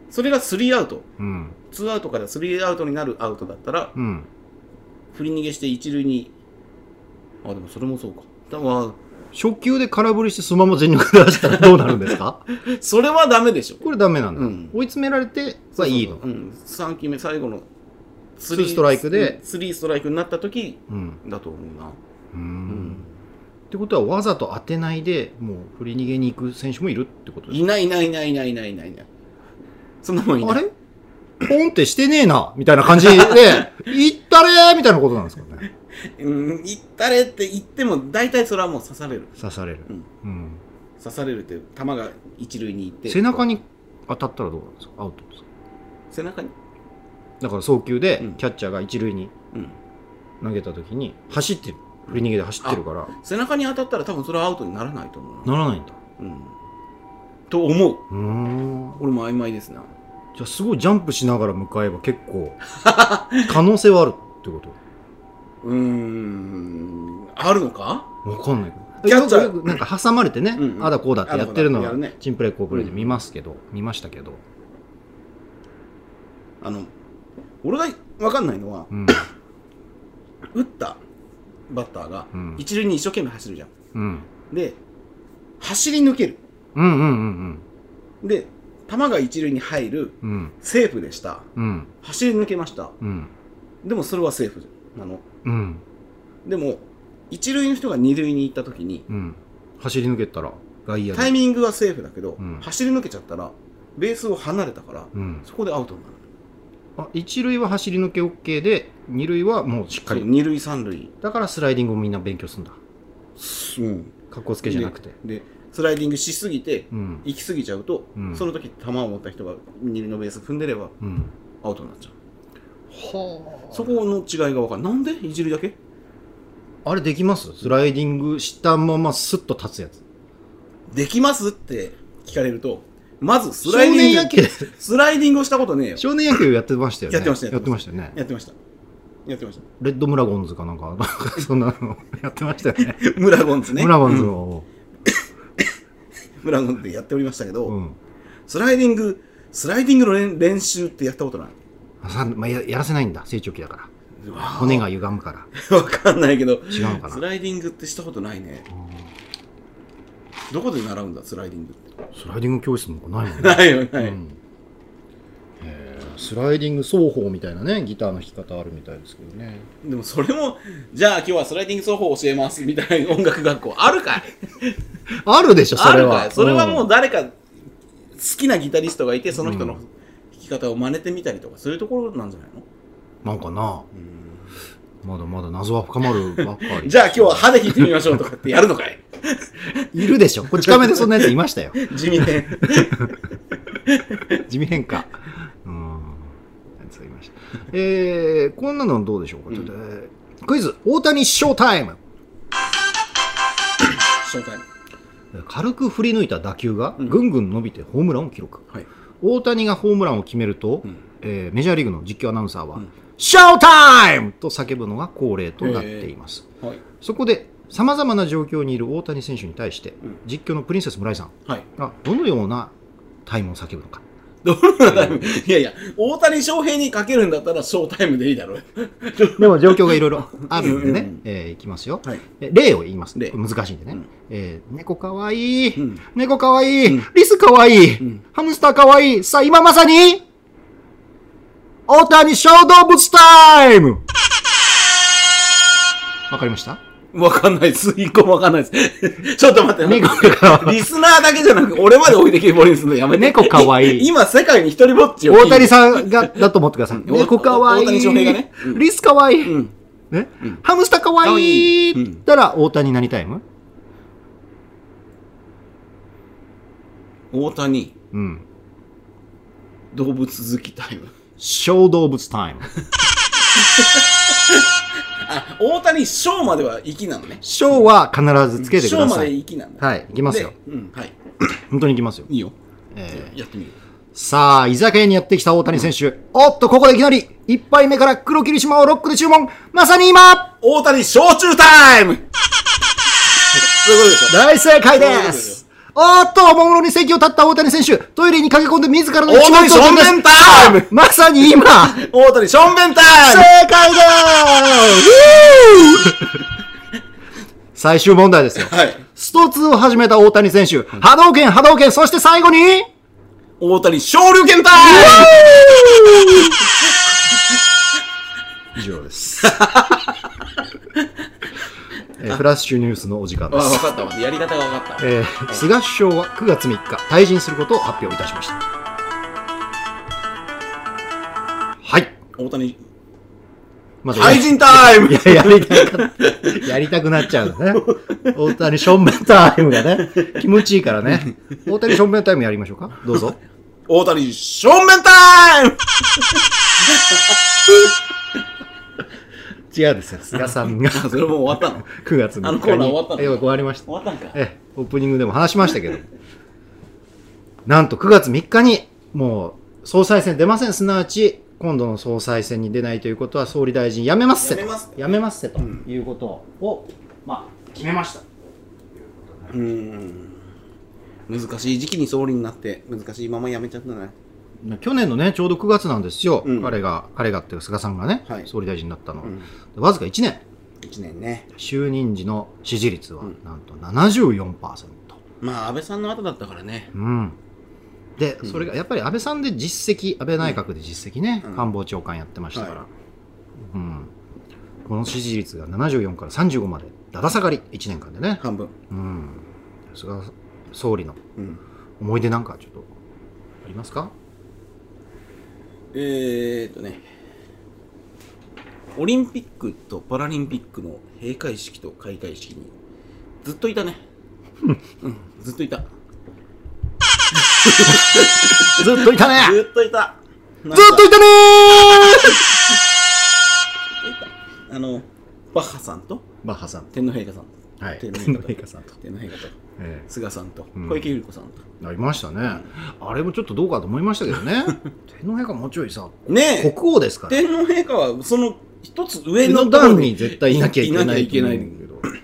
B: それが3アウト。
A: うん
B: 2アウトから3アウトになるアウトだったら、
A: うん
B: 振り逃げして1塁に、あ、でもそれもそうか。だま
A: 初球で空振りしてそのまま全力で走ったらどうなるんです か
B: あそれはダメでしょ。
A: これダメなんだ、
B: うん
A: 追い詰められてはいいの
B: そうそうそううん、3球目、最後のス
A: ツーストライクで
B: 3ストライクになった時
A: うん
B: だと思うな。
A: う
B: うん
A: んってことはわざと当てないでもう振り逃げに行く選手もいるってことです
B: いないいないいないいないいないいない。そんなもんいない。
A: あれポンってしてねえなみたいな感 じで、行ったれーみたいなことなんですかね。
B: うん、行ったれって言っても、大体それはもう刺される。
A: 刺される。
B: うん
A: うん
B: 刺されるって、球が一塁に行って。
A: 背中に当たったらどうなんですかアウトですか
B: 背中に。
A: だから送球で
B: うん
A: キャッチャーが一塁に
B: うん。
A: 投げた時に走ってる。振り逃げで走ってるから、
B: 背中に当たったら多分それはアウトにならないと思うな。
A: ならないんだ。
B: うん。と思う。
A: うーん。
B: 俺も曖昧ですな。
A: じゃあすごいジャンプしながら向かえば結 構可能性はあるってこと
B: うーん。あるのか
A: わかんないけど。
B: キャッチャー
A: よくよくなんか挟まれてね、
B: うんうん
A: あだこうだってやってるの
B: あだ
A: は
B: こうだってやるね
A: チンプレーこうプレーで見ますけど、見ましたけど。
B: あの、俺が分かんないのは、
A: うん。
B: 打ったバッターが
A: うん
B: 一塁に一生懸命走るじゃん。
A: うん。
B: で、走り抜ける。
A: うんうんうん
B: で、球が一塁に入る。
A: うんうん
B: セーフでした。
A: うん
B: 走り抜けました。
A: うん
B: でもそれはセーフなの。
A: うん
B: でも、一塁の人が二塁に行った時に、
A: うん走り抜けたら外野
B: タイ
A: で
B: ミングはセーフだけど、
A: うん
B: 走り抜けちゃったら、ベースを離れたから、
A: うん
B: そこでアウトになる。
A: あ一塁は走り抜け OK で二塁はもうしっか
B: そう
A: り
B: 二塁三塁。
A: だからスライディングをみんな勉強するんだ
B: うん。
A: かっこつけじゃなくて
B: で、スライディングしすぎて、
A: うん
B: 行き過ぎちゃうと、
A: うん
B: その時球を持った人が二塁のベース踏んでれば
A: うん
B: アウトになっちゃう。
A: は
B: そこの違いが分かる。なんでいじるだけ
A: ああれできますスライディングしたまますっと立つやつ
B: できますって聞かれると、まずス
A: 少
B: ライディン
A: 年
B: グ。
A: 野球
B: スライディングをしたことねえよ。
A: 少年野球やってましたよね
B: やってました
A: やってましたよね
B: やってました。やってました。
A: レッドムラゴンズかなんかなんかそんなのやってましたよね
B: ムラゴンズね。
A: ムラゴンズ
B: うん
A: を
B: ムラゴンズでやっておりましたけど、
A: うん
B: スライディング、スライディングの練練習ってやったことない。
A: あさまあややらせないんだ成長期だから
B: わあ
A: 骨が歪むから
B: わかんないけど、
A: 違うのか
B: ス
A: な
B: ライディングってしたことないね。どこで習うんだ、スライディングって。
A: スライディング教室なんかないもんね
B: ないよ、ない。
A: うんえースライディング奏法みたいなねギターの弾き方あるみたいですけどね
B: でもそれも、じゃあ今日はスライディング奏法を教えますみたいな音楽学校あるかい
A: あるでしょそ
B: あ
A: れ
B: る
A: は
B: かいそれはも
A: う
B: うん誰か好きなギタリストがいて、その人の
A: うん
B: 弾き方を真似てみたりとか、そういうところなんじゃないの
A: なんかなまだまだ謎は深まるばっかり
B: じゃあ今日は歯で弾いてみましょうとかってやるの かい
A: いるでしょこち亀でそんなやついました よ
B: 地味ね。
A: 地味変化うんやつがいましたえー、こんなのどうでしょうかちょっと、えークイズ大谷ショータイム
B: 紹介。
A: 軽く振り抜いた打球が
B: うん
A: ぐんぐん伸びてホームランを記録、
B: はい。
A: 大谷がホームランを決めると、
B: うん
A: えーメジャーリーグの実況アナウンサーは、
B: うん
A: ショータイムと叫ぶのが恒例となっています。
B: はい。
A: そこで、さまざまな状況にいる大谷選手に対して、
B: うん
A: 実況のプリンセス村井さん
B: はい。
A: がどのようなタイムを叫ぶ のか。
B: どうなんだろういやいや、大谷翔平にかけるんだったらショータイムでいいだろう。
A: でも状況がいろいろあるんでね、
B: うんうんうん
A: えーいきますよ。
B: はい。
A: え例を言います。
B: 例
A: これ難しいんでね。
B: うん
A: えー猫かわいい、
B: うん。
A: 猫かわいい、
B: うん
A: リスかわいい、
B: うん。
A: ハムスターかわいい。さあ、今まさに、大谷小動物タイムわかりました
B: わかんないです。一個もわかんない です。ちょっと待って。
A: 猫かわいい。
B: リスナーだけじゃなく、俺まで置いてきぼりにするのやめて。
A: 猫かわいい
B: 今、世界に一人ぼっちを聞い
A: 大
B: て。
A: 谷さんが、だと思ってください。
B: うん
A: 猫かわいい。
B: 大谷翔平がねうん
A: リスかわいい。
B: うん。
A: ね
B: うん
A: ハムスターかわ
B: かわ
A: い
B: い
A: い。
B: い
A: って言ったら、大谷何タイム
B: 大谷、
A: うん。
B: 動物好きタイム。
A: 小動物タイム。
B: あ、大谷、ショーまでは粋なのね。
A: 小は必ずつけてく
B: ショー
A: だ
B: ま
A: さ
B: で
A: い。
B: 粋なんだ。。
A: はいい、いきますよ。。
B: うん、はい。
A: 本当にいきますよ。
B: いいよ。
A: えー
B: やってみる。
A: さあ、居酒屋にやってきた大谷選手。おっと、ここでいきなり、一杯目から黒霧島をロックで注文。まさに今
B: 大谷、焼酎タイムそういうことでしょ
A: 大正解で
B: そういうことですす
A: おーっと、おもむろに席を立った大谷選手、トイレに駆け込んで自らの
B: 大谷ションベンタイム
A: まさに今、
B: 大谷ションベンタイム
A: 正解ですふぅ最終問題ですよ。
B: はい。
A: スト2を始めた大谷選手、波動拳、波動拳、そして最後に、
B: 大谷昇竜拳タイ
A: 以上です。 えーフラッシュニュースのお時間
B: ム
A: で
B: わ、わ
A: す。
B: かったわ。やり方がわかった。
A: えー菅首相は9月3日、退陣することを発表いたしました。はい。
B: 大谷、
A: まだや
B: 愛人タイム
A: い や、やりたかった。やりたくなっちゃうのね。大谷ションベンタイムがね、気持ちいいからね。大谷ションベンタイムやりましょうか。どう ぞ。
B: 大谷ションベンタイム
A: 違うですよ。菅さんが
B: あそれもう終わったの
A: 9月3日に。
B: あのコーナー終わったの
A: ええ終わりました。
B: 終わったんか。
A: ええ、オープニングでも話しましたけど、なんと9月3日に、もう総裁選出ません、すなわち、今度の総裁選に出ないということは、総理大臣辞めますせと
B: 辞めます、
A: 辞めますせと
B: うん
A: いうことを、まあ、決めました。
B: うーん。難しい時期に総理になって、難しいまま辞めちゃったね。
A: 去年のね、ちょうど9月なんですよ、
B: うん
A: 彼が、彼がっていうか菅さんがね、
B: はい
A: 総理大臣になったの
B: う
A: は、
B: ん。
A: でわずか1年、
B: 1年ね。
A: 就任時の支持率は
B: うん、
A: なんと74%。
B: まあ、安倍さんの後だったからね。
A: うん、で、
B: うん
A: それがやっぱり安倍さんで実績、安倍内閣で実績ね、
B: うん
A: 官房長官やってましたから、
B: は
A: うん、この支持率が74から35まで、だだ下がり、1年間でね、
B: 半分。
A: うん、菅総理の
B: うん。
A: 思い出なんか、ちょっとありますか
B: えーっとね、オリンピックとパラリンピックの閉会式と開会式にずっといたね。うん、ずっといた。ず
A: ずっといたね、
B: っといた。ず
A: ずっといたね
B: あの、バッハさんと
A: ー、バッハさん、
B: 天皇陛下さんと
A: はい、
B: 天
A: 天
B: 皇
A: 皇
B: 陛
A: 陛下さんと、
B: 天皇陛下と
A: え
B: 菅さんと
A: うん
B: 小池百合子さんと。
A: えなりましたね、あれもちょっとどうかと思いましたけど ね、天皇陛下もうちょいさ、
B: ねえ、
A: 国王ですから、
B: 天皇陛下はその一つ上
A: 上の
B: のところ
A: 段に絶対いなきゃいけないと思
B: なきゃいけ
A: うんだけ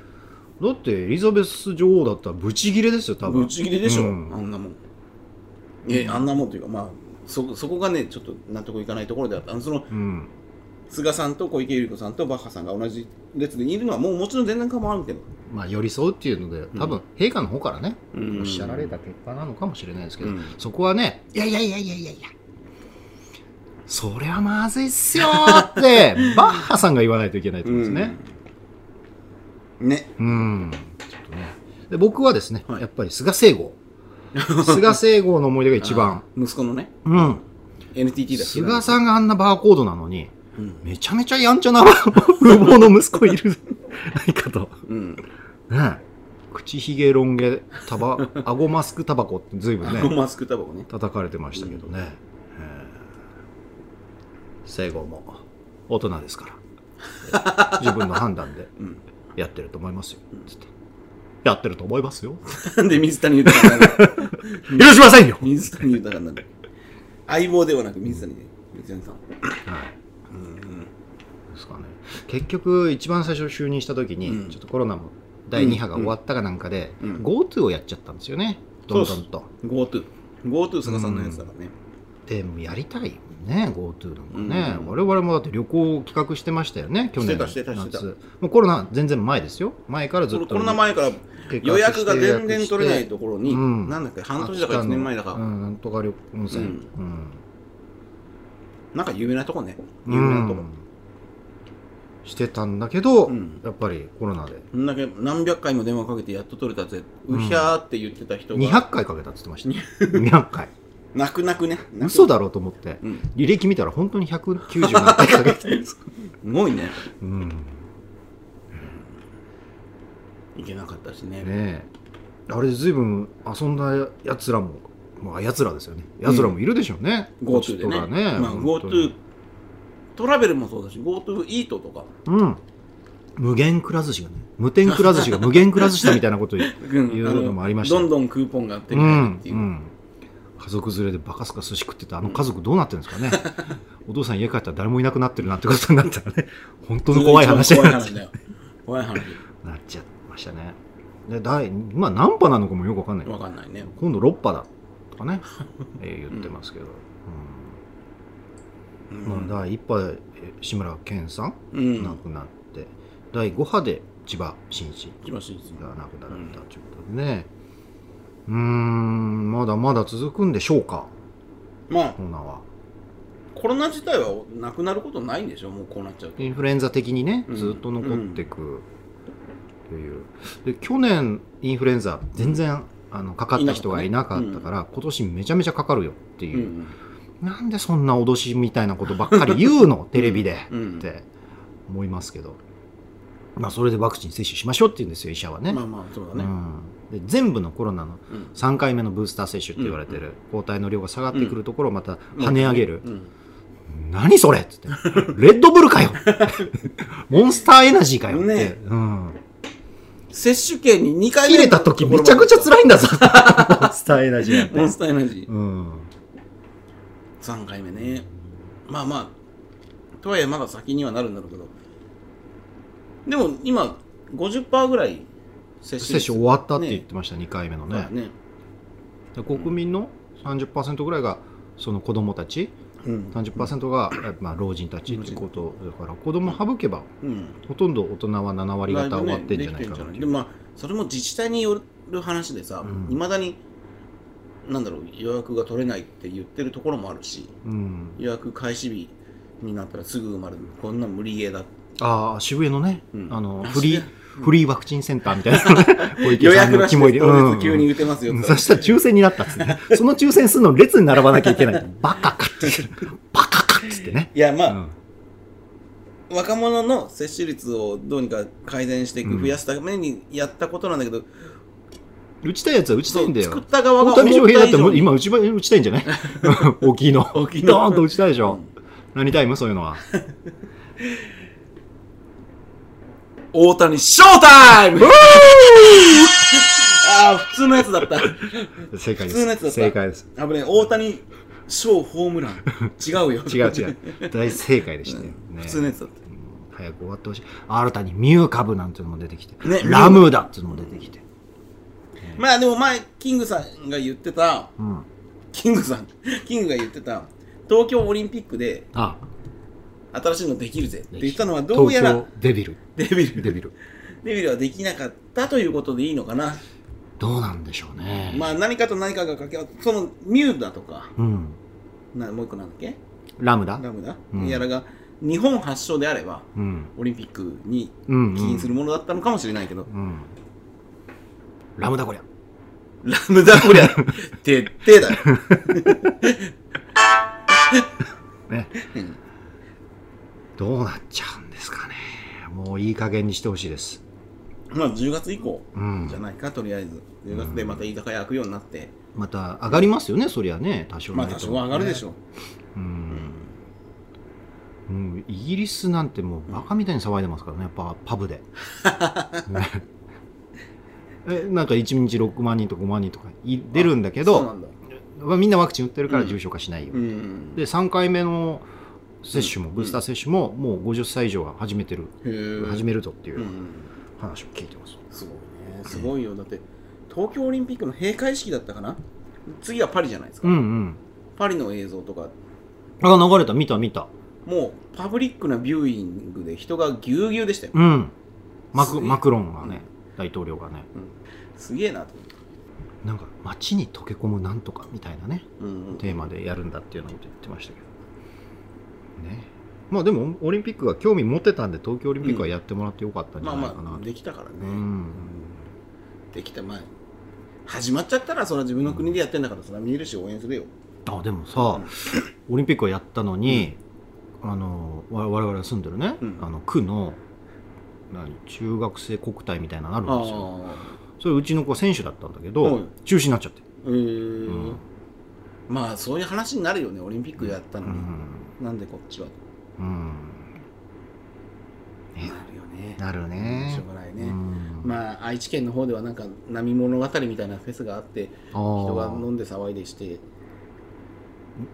A: どだってエリザベス女王だったらブチギレですよ多
B: ぶ
A: 分
B: ち切りでしょ、
A: うん
B: あんなもん。え、あんなもんというか、まあ、そそこがね、ちょっと納得いかないところであった。あのその
A: うん
B: 菅さんと小池百合子さんとバッハさんが同じ列でいるのはもうもちろん全然構わんけど、
A: まあ寄り添うっていうので多分陛下の方からね、
B: うん
A: おっしゃられた結果なのかもしれないですけど、
B: うん
A: そこはねいやいやいやいやいやいやそれはまずいっすよって バッハさんが言わないといけないと思うんですね
B: うんね
A: うん、ちょっとねで僕はですね、
B: はい
A: やっぱり菅聖 吾菅聖吾の思い出が一番
B: あー息子のね
A: うん
B: NTT だっけ
A: 菅さんがあんなバーコードなのに
B: うん、
A: めちゃめちゃやん ちゃな風貌の息子いるないかと。
B: う
A: ね
B: ん、
A: え口ひげロン毛、タバ、顎マスクタバコって随分
B: あの
A: ね、
B: マスクタバコね
A: 叩かれてましたけどね。生後も大人です から。自分の判断で
B: うん
A: やってると思いますよ。つってやってると思いますよ。
B: なんで水谷豊にな る
A: 許しませんよ、
B: 水谷豊になる相棒ではなく水谷で水谷さん
A: はい
B: うん
A: ですかね、結局一番最初就任した時に、
B: うん
A: ちょっとコロナも第2波が終わったかなんかで、
B: うん
A: GoTo をやっちゃったんですよねどんどんと
B: GoTo GoTo 菅さんのやつだからね、
A: でもやりたいよね GoTo なんかね、
B: うん
A: 我々もだって旅行を企画してましたよね去年の夏
B: してたしてたしてた
A: もうコロナ全然前ですよ前からずっ
B: これ
A: と
B: コロナ前から
A: 計画して
B: 予約が全然取れな
A: 予約
B: い
A: して
B: ところに、
A: うん
B: なんだっけ半年だか1年前だか、
A: 秋田のうん、なんとか旅温泉、
B: う
A: うんん
B: なんか有名なとこね
A: うん
B: 有名なとこ、
A: してたんだけど、
B: うん
A: やっぱりコロナで
B: こんだけ何百回も電話かけてやっと取れたぜ、
A: う
B: うんひゃーって言ってた人が、
A: 200回かけたって言ってました200回
B: 泣く泣くね。
A: 嘘
B: だ
A: だろうと思って
B: うん。
A: 履歴見たら本当に190何回 かけてる
B: すごいね。
A: うんね
B: いけなかったしね。
A: えあれ随分遊んだやつらもまあやつらですよねやつらもいるでしょうね、
B: GoTo でね。
A: 人がね、
B: まあ、
A: 本当に
B: GoTo、トラベルもそうだし、GoTo イートとか、
A: うん無限くら寿司がね無天くら寿司 が無限くら寿司だみたいなこと言う
B: うん
A: いうのもありました
B: のどんどんクーポンがあって
A: う
B: みたいなんっていうう。
A: ん家族連れでバカすか寿司食ってたあの家族どうなってるんです かね、お父さん家帰ったら誰もいなくなってるなんてことにな ったらね本当の怖い話
B: そ
A: に
B: れ
A: な
B: が
A: っ
B: 一番怖い話だよ。怖い話。
A: なっちゃいましたね。で第まあ何波なのかもよくわかんない
B: 分かんないね
A: 今度6波だとかね、えー言ってますけど、
B: う
A: うん
B: ん
A: まあ、第1波でえー志村けんさん
B: うん
A: 亡くなって、第5波で千葉真一
B: 一番真実
A: が亡くなられたということでねうーんまだまだ続くんでしょうか
B: まあ
A: コロナは
B: コロナ自体はなくなることないんでしょもうこうなっちゃうと
A: インフルエンザ的にね
B: うん
A: ずっと残ってくという、で去年インフルエンザ全然、あのかかった人がいなかったから、今年めちゃめちゃかかるよって
B: う
A: いう、
B: ん
A: なんでそんな脅しみたいなことばっかり言うの テレビで
B: う
A: っ
B: ん
A: て思いますけど、まあ、それでワクチン接種しましょうって言うんですよ医者はね,、
B: まあまあそうだね
A: うん、で全部のコロナの
B: うん
A: 3回目のブースター接種って言われてる、抗体の量が下がってくるところをまた跳ね上げる、
B: うん
A: 何それっつって「レッドブル かよ! 」モンスターエナジーかよって、
B: ね
A: うん、
B: 接種券に2回目
A: 切れた時めちゃくちゃ辛いんだぞモンスターエナジーなん
B: モン
A: て、
B: スターエナジー
A: うん、
B: 3回目ねまあまあとはいえまだ先にはなるんだろうけどでも今50%ぐらい接種
A: 接種終わったって言ってました、2回目のね、
B: ねね
A: で国民の30%ぐらいがその子供たち
B: うん
A: 30%が、まあ、老人たちってことだから子供省けば
B: うん
A: ほとんど大人は7割方終わってんじゃないかな
B: だぶねできてんじゃでまあそれも自治体による話でさ
A: うん
B: いま、未だになんだろう予約が取れないって言ってるところもあるし
A: うん、
B: 予約開始日になったらすぐ埋まるこんなん無理ゲーだ、
A: ああ渋谷のね、
B: うん
A: あの
B: あ
A: フリー
B: 渋
A: フリーワクチンセンターみたいな 小
B: 予約なし
A: 肝入
B: で
A: り
B: 当
A: うん
B: 日急に打てますよ
A: うんそしたら抽選になったっつってねその抽選するの列に並ばなきゃいけないバカかってバカかっつってね、
B: いやま
A: う
B: あ、
A: ん
B: 若者の接種率をどうにか改善していく、
A: うん
B: 増やすためにやったことなんだけど、
A: 打ちたいやつは打ちた
B: そ
A: いんだ
B: う作っ
A: よ
B: た側
A: 大
B: が思った
A: 谷翔
B: 以
A: 平だって
B: 上
A: もう
B: に
A: 今打ちば打ちたいんじゃ ない大きいの
B: 大きいの
A: ドーンと打ちたいでしょ、何タイムそういう のは
B: 大谷ショータイムああ、普通のやつだった。
A: 正解です。
B: 普通のやつだった
A: 正解です。
B: あぶね、大谷翔ホームラン。 違うよ。
A: 違う 違う。大正解でしたね。
B: うん
A: ね
B: 普通のやつだった。
A: うん早く終わってほしい。新たにミュー株なんていうのも出てきて、
B: ね
A: ラムーダっていうのも出てきて。
B: まあでも前、キングさんが言ってた、
A: うん。
B: キングさん、 キングが言ってた、東京オリンピックで
A: あ、
B: 新しいのできるぜって
A: で
B: 言ったのは、どうやら
A: 東京デビル。
B: デビル、
A: デビル。
B: デビルはできなかったということでいいのかな。
A: どうなんでしょうね。
B: まあ何かと何かが掛け合って、そのミューだとか、
A: うん。
B: なもう一個なんだっけ
A: ラムダ
B: ラムダ、
A: うん
B: やらが、日本発祥であれば、
A: うん。
B: オリンピックに
A: うん、うん。
B: 起因するものだったのかもしれないけど、
A: うん。ラムダこりゃ。
B: ラムダこりゃ、てってだよ。
A: ね。どうなっちゃうんですかね。もういい加減にしてほしいです。
B: まあ10月以降
A: うん
B: じゃ。ないか、とりあえず。10月でまた居酒屋開くようになって、
A: また上がりますよね、そりゃね。多少
B: ま
A: な
B: あ
A: りともね
B: 多少は上がるでしょう。
A: うん、うん、イギリスなんてもうバカみたいに騒いでますからねやっぱパブ でねえなんか1日6万人とか5万人とかい出るんだけ
B: そうな
A: ど
B: んだ。
A: まあみんなワクチン打ってるから
B: うん
A: 重症化しないよ、
B: うん。
A: で3回目の接種も、
B: うん
A: ブースター接種ももう50歳以上が始めてる、
B: へー
A: 始めるぞってい
B: うんう。
A: うん話を聞いてます、
B: すごいね。すごいよ。だって、東京オリンピックの閉会式だったかな次はパリじゃないです
A: う
B: か。
A: んうん
B: パリの映像とか、
A: あ流れた見た見た
B: もうパブリックなビューイングで人がぎゅうぎゅうでしたよ。
A: うんマ
B: す
A: ク
B: げえ
A: マクロンがね、大統領がね
B: すげえなと思って。
A: なんか街に溶け込むなんとかみたいなね
B: うんうん
A: テーマでやるんだっていうのを言ってましたけどねまあでもオリンピックが興味持ってたんで東京オリンピックはやってもらってよかったんじ
B: ま
A: ゃ
B: あ
A: ないかな
B: まあ、できたからね。
A: うん
B: できた前始まっちゃったらそれは自分の国でやってんだからそれは見るし応援するよ
A: あでもさ、オリンピックはやったのに、あのわ我々が住んでるね、
B: うん
A: あの区の何中学生国体みたいなのあるんですよ
B: あ
A: それうちの子選手だったんだけど、
B: うん
A: 中止になっちゃって、
B: へー
A: うん
B: まあそういう話になるよねオリンピックやった
A: う
B: のに、
A: ん
B: なんでこっちは
A: うん
B: な
A: ね
B: るよね
A: なるね
B: しょうがないね、
A: うん
B: まあ愛知県の方ではなんか波物語みたいなフェスがあって
A: あー
B: 人が飲んで騒いでして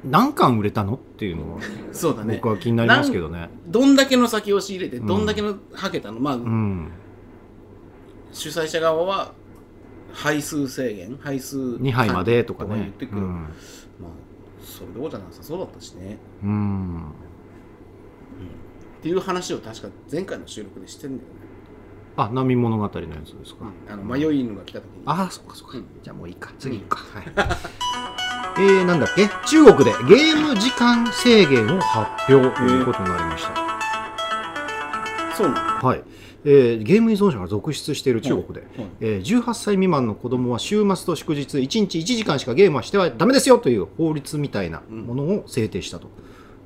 A: 何巻売れたのっていうのは
B: そうだね
A: 僕は気になりますけどね。
B: どんだけの先を仕入れて
A: うん
B: どんだけのはけたの、まあ
A: うん。
B: 主催者側は配数制限配数
A: 2杯までとか
B: 言っ
A: ね
B: てく
A: う
B: る、
A: ん、
B: まあそれどころじゃなさそうだったしね、
A: うん、
B: うんっていう話を確か前回の収録でしてんだよね、
A: あ波物語のやつですか、
B: うんあの迷い犬が来た時に
A: ああそっかそっか、
B: うん
A: じゃあもういいか次行くか、はい えー、なんだっけ中国でゲーム時間制限を発表ということになりました、
B: そうな
A: はいえーゲーム依存者が続出している中国で、
B: の、
A: えー18歳未満の子供は週末と祝日1日1時間しかゲームはしてはダメですよという法律みたいなものを制定したと、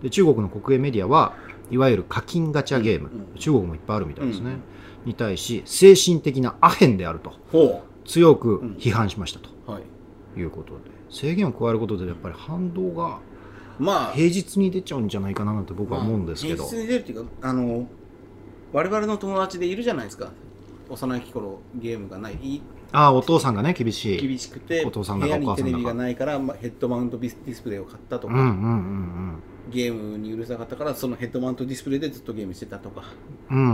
A: で中国の国営メディアはいわゆる課金ガチャゲーム、
B: うんうん
A: 中国もいっぱいあるみたいですね、
B: うん
A: に対し精神的なアヘンであると
B: ほ
A: 強く批判しましたと
B: うはい
A: いうことで制限を加えることでやっぱり反動が
B: まあ
A: 平日に出ちゃうんじゃないかななんて僕は思うんですけど、
B: まあ平日に出るっていうかあの我々の友達でいるじゃないですか幼い頃ゲームがないい
A: ああお父さんがね厳しい
B: 厳しくて
A: お父さん
B: 部
A: だか
B: 屋にテレビ
A: お母さ
B: が
A: んだか
B: ないから、まあ、ヘッドマウントディスディスプレイを買ったと
A: う
B: か、
A: んうんうん
B: ゲームにうるさかったからそのヘッドマウントディスプレイでずっとゲームしてたとか
A: うん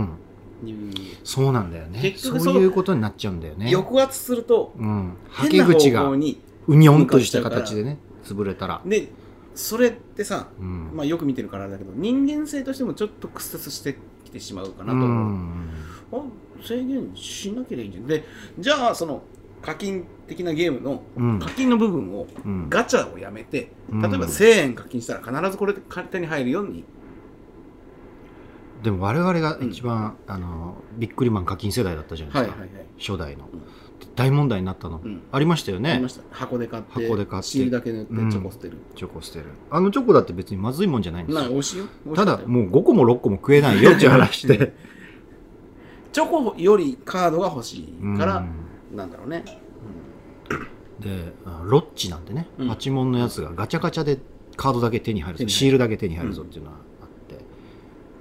A: うん
B: いう
A: そうなんだよね
B: 結局そ
A: そ
B: の
A: ういうことになっちゃうんだよね
B: 抑圧すると
A: うん、は
B: 変
A: け
B: な
A: 口
B: 方
A: が
B: 向に
A: うにょんとした形でね潰れたら、
B: でそれってさ、
A: うん
B: まあ、よく見てるからあれだけど人間性としてもちょっと屈折してきてしまうかな
A: う
B: と思う、
A: ん
B: あ制限しなければいいんじゃんでじゃあその課金的なゲームの
A: うん
B: 課金の部分を
A: うん
B: ガチャをやめて、
A: うん
B: 例えば1000円課金したら必ずこれ手に入るように
A: でも我々が一番、あのビックリマン課金世代だったじゃないですか、
B: はい、
A: 初代の
B: うん
A: 大問題になったの、
B: うん
A: ありましたよ
B: あり
A: ね
B: ました箱で買って
A: 箱で買って
B: シールだけ塗ってチ
A: うん
B: ョコ捨てる、
A: チョコ捨てるあのチョコだって別にまずいもんじゃないんです
B: まあ
A: よ
B: 美味しいよ美味
A: た
B: しか
A: だ
B: ったよ
A: もう5個も6個も食えないよっていう話で
B: チョコよりカードが欲しいから、
A: うん
B: なんだろうね、
A: であロッチなんてね、
B: うん
A: パチモンのやつがガチャガチャでカードだけ手に入る
B: 手
A: ぞ
B: に入る
A: シールだけ手に入るぞっていうのはあって、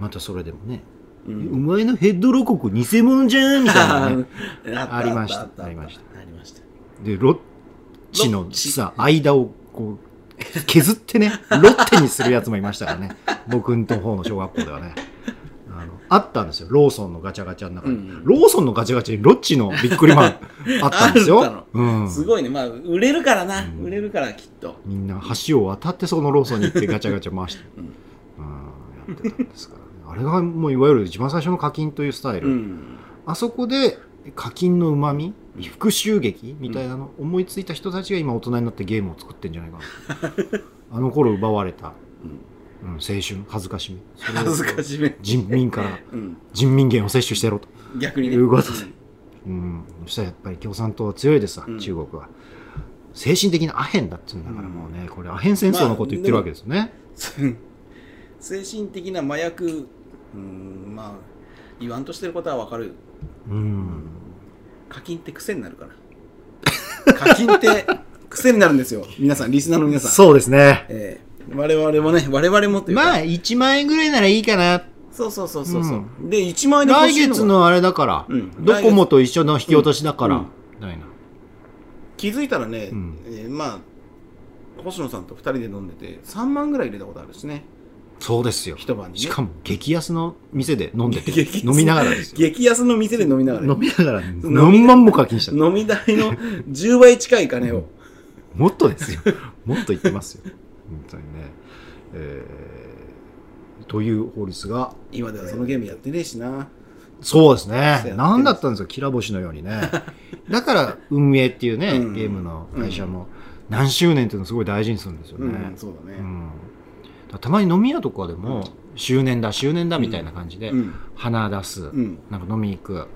A: またそれでもね、
B: うん
A: お前のヘッドロコク偽物じゃんみたいなね
B: あった
A: ありました
B: あっ
A: ありました
B: ありました
A: でロッチの
B: ロッチ
A: さ間をこう削ってねロッテにするやつもいました からね僕んとこの小学校ではねあのあったんですよローソンのガチャガチャの中に、
B: うん
A: ローソンのガチャガチャにロッチのびっくりマ ンあったんです
B: あった
A: よ
B: の、
A: うん、
B: すごいねまあ売れるからな、
A: うん
B: 売れるからきっと
A: みんな橋を渡ってそのローソンに行ってガチャガチャ回して、う
B: うんん、
A: やってたんですからねあれがもういわゆる一番最初の課金というスタイル、
B: うん
A: あそこで課金のうまみ
B: うん
A: 復讐劇みたいなの思いついた人たちが今大人になってゲームを作ってんじゃ ないかなあの頃奪われた、
B: う
A: う
B: ん
A: ん、青春恥ずかしみそれを
B: 恥ずかしめ、
A: 人民から
B: うん、
A: 人民元を摂取してやろうと、
B: 逆にね
A: いうことでうん、そしたらやっぱり共産党は強いですわ、
B: うん
A: 中国は精神的なアヘンだっていうんだからもうね、これアヘン戦争のこと言ってるわけですよね、
B: うん精神的な麻薬うんまあ言わんとしてることはわかる
A: うん、
B: 課金って癖になるから課金って癖になるんですよ皆さんリスナーの皆さん
A: そうですね
B: ええ我々もね我々もというか
A: まあ1万円ぐらいならいいかな
B: そうそうそうそうそう、
A: う
B: で1万円で欲
A: 来
B: しいの
A: 月
B: が
A: のあれだから、
B: うん
A: ドコモと一緒の引き落としだから、
B: うんうん
A: みたいな
B: 気づいたらね、
A: うん
B: えーまあ星野さんと2人で飲んでて3万ぐらい入れたことあるしね
A: そうですよ
B: 一晩にね
A: しかも激安の店で飲んでて
B: 激安
A: 飲みながらですよ
B: 激安の店で飲みながら
A: 飲
B: ね
A: みながら何万も課金した
B: 飲み代 の10倍近い金を
A: もっとですよもっと言ってますよ本当にねえーという法律が
B: 今ではそのゲームやってねえしな
A: そうです
B: そうやって
A: ね。
B: る
A: なんだったんですか、きら星のように ね。だから、運営っていうね、
B: うん
A: ゲームの会社も、何周年っていうのをすごい大事にするんですよね。
B: うん、そうだ
A: う
B: ね、
A: んだからたまに飲み屋とかでも、周年だ、周年だみたいな感じで、
B: うん
A: 花出す、
B: うん
A: なんか飲みに行く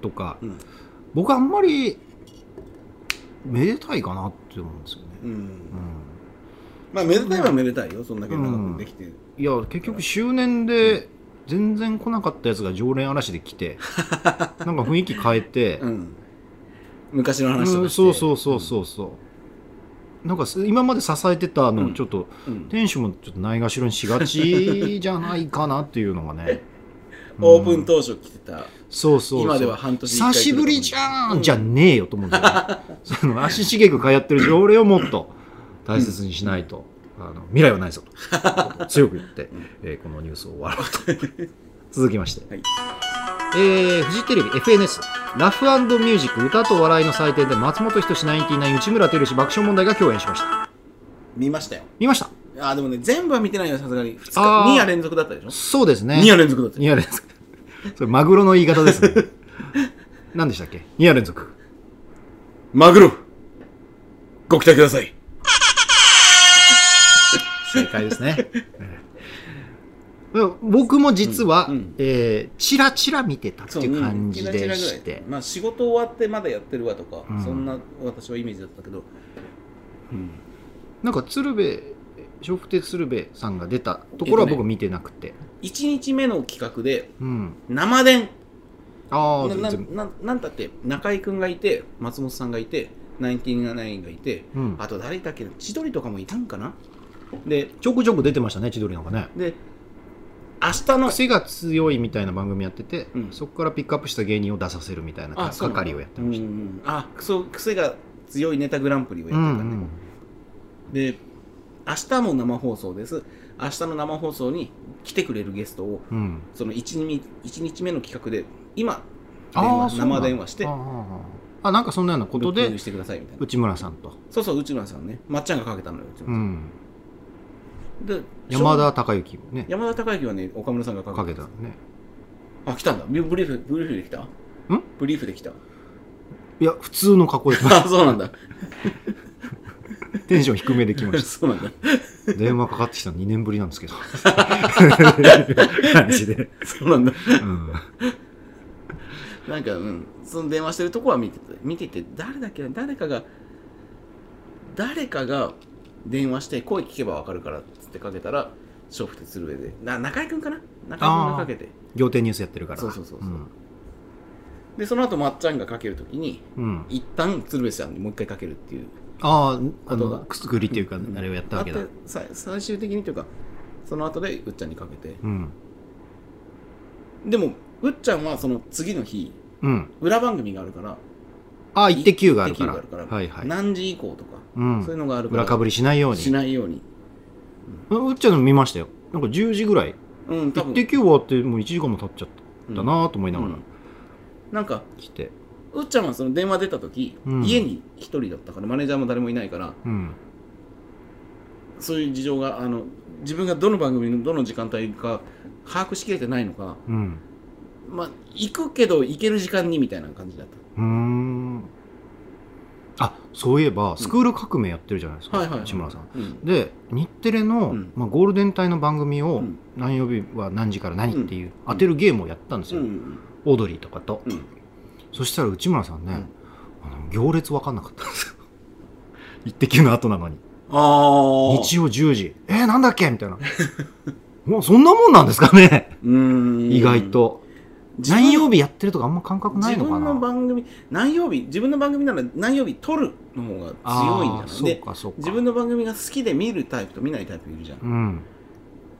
A: とか、
B: うん
A: 僕あんまり、めでたいかなって思うんですよね。
B: う、
A: うんん
B: まあめでたいはめでたいよそんだけ長くできて、
A: いや結局周年で全然来なかったやつが常連嵐で来 てなんか雰囲気変えて、
B: うん、昔の話と
A: う
B: か
A: んそうそうそうそうそうなんかす今まで支えてたのを
B: うん
A: ちょっと、
B: うん、うん
A: 店主もちょっとないがしろにしがちじゃないかなっていうのがね
B: オープン
A: と
B: 当初来てた
A: そうそうそう
B: 今では半年に一回
A: 久しぶりじゃん、じゃ
B: ん
A: ねえよと思うんだ よねその足しげく通ってる条例をもっと大切にしないと、あの未来はないぞと強く言って、えーこのニュースを終わろうと続きまして、
B: はい
A: えーフジテレビ FNS ラフミュージック歌と笑いの祭典で松本人志99内村光氏爆笑問題が共演しました
B: 見ましたよ。
A: 見ました
B: あー、でもね、全部は見てないよ、さすがに。2日、
A: あー
B: 2夜連続だったでしょ
A: そうですね
B: ?2 夜連続だったでし
A: 二夜連続それマグロの言い方ですね何でしたっけ2夜連続
B: ょマグロご期待ください
A: 正解ですねうん僕も実は、
B: うんうん
A: えーチラチラ見てたっていう感じ
B: うんキラ
A: で
B: キラ
A: し
B: ぐらい
A: て、
B: まあ仕事終わってまだやってるわとか、
A: うん
B: そんな私はイメージだったけど、うん、
A: なんか鶴瓶笑福亭鶴瓶さんが出たところは僕見てなくて、
B: 1日目の企画で
A: うん
B: 生電
A: ああ
B: なな
A: 全然
B: ななんだって中居君がいて松本さんがいてナインティナインがいて
A: うん
B: あと誰だっけ千鳥とかもいたんかなで
A: ちょくちょく出てましたね千鳥なんかね
B: で明日の
A: 癖が強いみたいな番組やってて、
B: うん
A: そこからピックアップした芸人を出させるみたいな
B: あそうなんだ
A: 係をやってました、
B: うんうんあそう癖が強いネタグランプリをやってたね、
A: うんうん
B: で明日も生放送です明日の生放送に来てくれるゲストを
A: うん
B: その 1, 日1日目の企画で今電
A: あ
B: 話
A: あそうなん
B: 生電話して
A: あーあなんかそんなようなこと
B: 録
A: で
B: 音してくださいみたいな
A: 内村さんと、
B: そうそう内村さんねまっちゃんがかけたのよ内
A: う
B: 村さん
A: ん、
B: で
A: 山
B: しょ
A: 田孝之もね
B: う山田孝之はね岡村さんがか
A: かけ
B: け
A: た
B: た
A: のね
B: あ来たんだブブリーフブリーフで来たんブリーフで来た
A: いや普通の格好で来まし
B: あそうなんだ
A: たテンション低めで来まし
B: そうなんだ
A: た電話かかってきたの2年ぶりなん ですけど感じで、
B: そうなんだ
A: うん、
B: なんかうんその電話してるとこは見てて見てて誰だっけな誰かが誰かが電話して声聞けばわかるからっつってかけたら笑福亭鶴瓶でな中居君かな中居君がかけて
A: 仰天ニュースやってるから
B: そうそうそうそうんでその後まっちゃんがかけるときに
A: うん、
B: 一旦鶴瓶さんにもう一回かけるっていう
A: あああ
B: こと
A: の
B: が
A: くすぐりっていうか、
B: うん
A: あれをやったわけだ
B: あってさ最終的にというかその後でうっちゃんにかけて
A: うん
B: でもうっちゃんはその次の日
A: うん
B: 裏番組があるから
A: ああ一滴球があるか
B: 一
A: ら
B: 滴球があるから
A: はいはい、
B: 何時以降とか、
A: うん
B: そういうのがあるから
A: 裏かぶりしないように
B: しないように
A: うんうっちゃんの見ましたよなんか10時ぐらい
B: うん多
A: 一
B: 分
A: 滴球終わってもう1時間も経っちゃっ
B: うん
A: たなと思いながら
B: うんなんか
A: 来て
B: うっちゃんはその電話出た時、
A: うん
B: 家に一人だったからマネージャーも誰もいないから
A: うん
B: そういう事情があの自分がどの番組のどの時間帯か把握しきれてないのか
A: うん
B: まあ行くけど行ける時間にみたいな感じだっ
A: うーんあそういえばスクール革命やってるじゃないですか、
B: た、はいはいはい
A: 志村さん
B: うん
A: で日テレの、
B: うん
A: まあ、ゴールデン帯の番組を、
B: うん
A: 何曜日は何時から何っていう、当てるゲームをやったんです
B: う
A: よ、
B: ん
A: オードリーとかと、
B: うん
A: そしたら内村さんね、あの行列分かんなかったんですよ一滴の後なのに
B: ああ
A: 日曜10時えー、なんだっけみたいな もうそんなもんなんですかね
B: うーん
A: 意外と
B: 自分
A: 何曜日やってるとかあんま感覚ないのか
B: 自分の
A: な
B: 番組何曜日自分の番組なら何曜日撮るの方が強いん
A: あー
B: じゃ
A: そ
B: な
A: う
B: いで
A: かそうか
B: 自分の番組が好きで見るタイプと見ないタイプいるじゃん
A: うん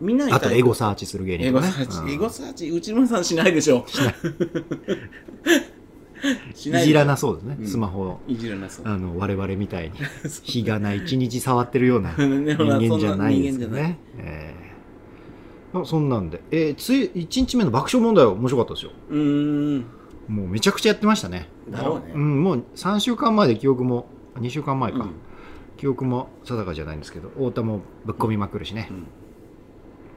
B: 見ないタイ
A: あ
B: プ
A: とエゴサーチする芸
B: エ
A: 人と
B: ゴ
A: かね
B: サーチ、エ
A: うん
B: ゴサーチ、内村さんしないでしょ。 しない。
A: いじらなそうですね、
B: うん
A: スマホを
B: いじらなそう。
A: あの我々みたいに日がない一日触ってるよう な人
B: ねほら
A: 間じ
B: そ
A: ゃ
B: ん
A: ないですよ
B: 人間じゃない
A: ねええあそんなんで、えーつい1日目の爆笑問題は面白かったですよ
B: うーん。
A: もうめちゃくちゃやってましたね
B: だろうね
A: ん、もう3週間前で記憶も2週間前か、
B: うん
A: 記憶も定かじゃないんですけど太田もぶっ込みまくるしね、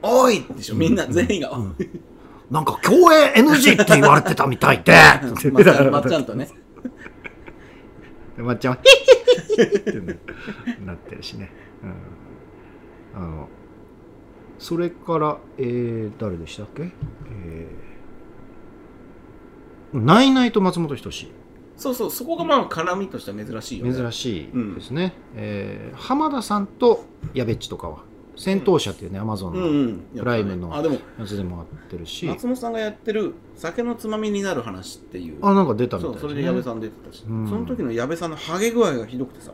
B: おいでしょ、みんな、
A: うん
B: 全員が。
A: うんなんか競泳 NG って言われてたみたいで
B: まっちゃんまっちゃんとね。
A: でまっちゃんは、 ってねなってるしね。うん、あのそれから、えー、誰でしたっけ、えー、ナイナイと松本人志、
B: そうそう、そこがまあ、絡みとしては珍しいよね。
A: 珍しいですね。えー浜田さんと矢部っちとかは、戦闘車っていうね、アマゾン
B: う
A: の
B: んうん。
A: プライムの
B: あ、でも、
A: やつでもあってるし、
B: 松本さんがやってる、酒のつまみになる話っていう。
A: あ、なんか出たみたいう
B: そ、
A: ですね。
B: それで矢部さん出てたし、そ
A: うん
B: の時の矢部さんのハゲ具合がひどくてさ、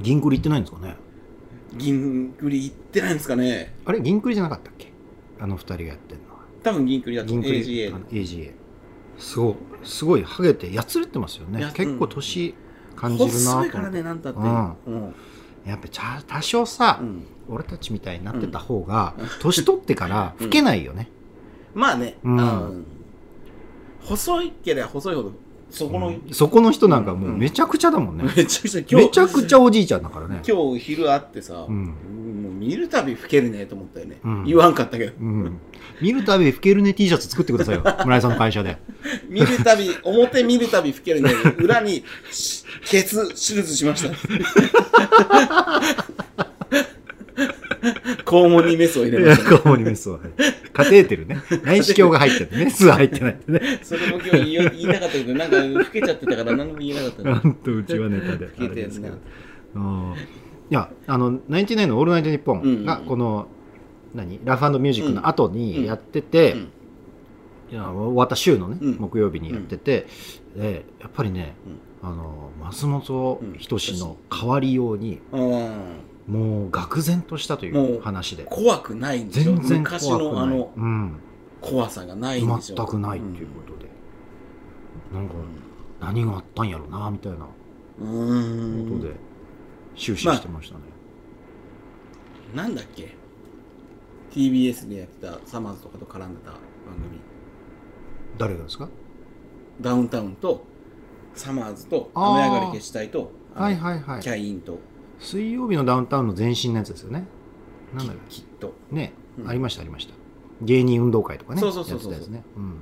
A: 銀繰り行ってないんですかね。
B: 銀繰りいってないんですかね。
A: あれ、銀繰りじゃなかったっけあの二人がやってるのは。
B: 多分銀繰りだと
A: 銀
B: 思う
A: クリ
B: AGA の。
A: AGA すごいすごいハゲてやつれてますよ
B: い
A: ね
B: や
A: 結構年感じるなと
B: 細
A: 思
B: いから
A: って、
B: ねなんだって、
A: う
B: うん
A: やっぱちゃ多少さ、
B: うん
A: 俺たちみたいになってた方が、年取ってから老けないよね、
B: まあね、
A: うん
B: うん細いければ細いほど、そこの、
A: うんそこの人なんかもうめちゃくちゃだもんね、
B: めちゃくちゃ今
A: めち
B: 日、
A: ゃくちゃおじいちゃんだからね
B: 今日昼会ってさ、
A: うん、
B: もう見るたび老けるねと思ったよね。
A: うん
B: 言わんかったけど、
A: うん、見るたび吹けるね T シャツ作ってくださ いよ村井さんの会社で
B: 見るたび、表見るたび老けるね、裏に、しケツ手術しま した。肛門にメスを入れまし た。
A: 肛門にメスを入れてカテーテルね内視鏡が入っててメスは入ってない ってね
B: それも今日言い言いたかったけど、なんか老けちゃってたから何も言えなかった
A: な
B: の。
A: んとうちはネタであれ
B: 老けてや
A: で
B: つ
A: すけ
B: な
A: ど。うんいやあの「ナインティナインのオールナイトニッポン」が
B: うん
A: この、何ラフミュージックの後にやってて、
B: うん
A: いや終わった週のね、
B: うん
A: 木曜日にやってて、でやっぱりね、あの松本人志の代わりように、
B: うん
A: もう愕然としたとい
B: も
A: う
B: う
A: 話で
B: 怖くないんでしょ
A: 全然怖
B: 昔のあ
A: くない、
B: の
A: うん、
B: 怖さがないんでしょ
A: 全くないっていうことで、なんか
B: う
A: 何があったんやろなみたいなこと
B: んうん
A: で終始してましたね、
B: なんだっけ TBS でやってたサマーズとかと絡んでた番組
A: 誰がですか
B: ダウンタウンとサマーズと
A: あー
B: 雨上がり消したいとあの
A: はいはいはい
B: キャインと
A: 水曜日のダウンタウンの前身のやつですよね。なんだっ
B: ききっと
A: けね、
B: うん
A: ありましたありました。芸人運動会とかね、
B: そうそうそうそう
A: やってたやつね。うん、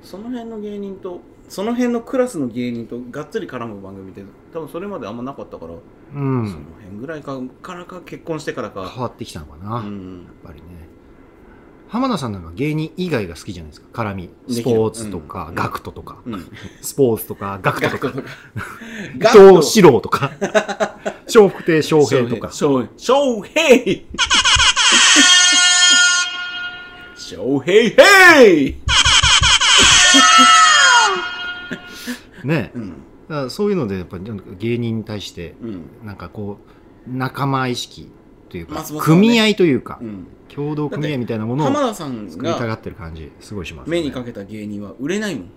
B: その辺の芸人とその辺のクラスの芸人とがっつり絡む番組で多分それまであんまなかったから、
A: うん
B: その辺ぐらいかからか結婚してから
A: 変
B: か
A: わってきたのかな、
B: う
A: やっ
B: ん
A: ぱりね。浜田さんなんか芸人以外が好きじゃないですか、絡み。
B: でき
A: ス
B: る
A: ポーツと
B: うんう
A: か、
B: ん
A: ガクトとか、
B: うん
A: スポーツとか、 ガクトとか、
B: とか
A: 伊藤四郎と か、笑福亭笑瓶とか、
B: 翔平。翔平翔平へい
A: ね
B: う。ん。
A: だからそういうので、やっぱりなんか芸人に対して、
B: うん。
A: なんかこう、仲間意識というか、
B: 松本さんね
A: 組合というか、
B: うん。
A: 共同組合みたいなものを
B: 浜田さん
A: 作りた
B: が
A: がってる感じすごいします、ね、
B: 目にかけた芸人は売れないもん。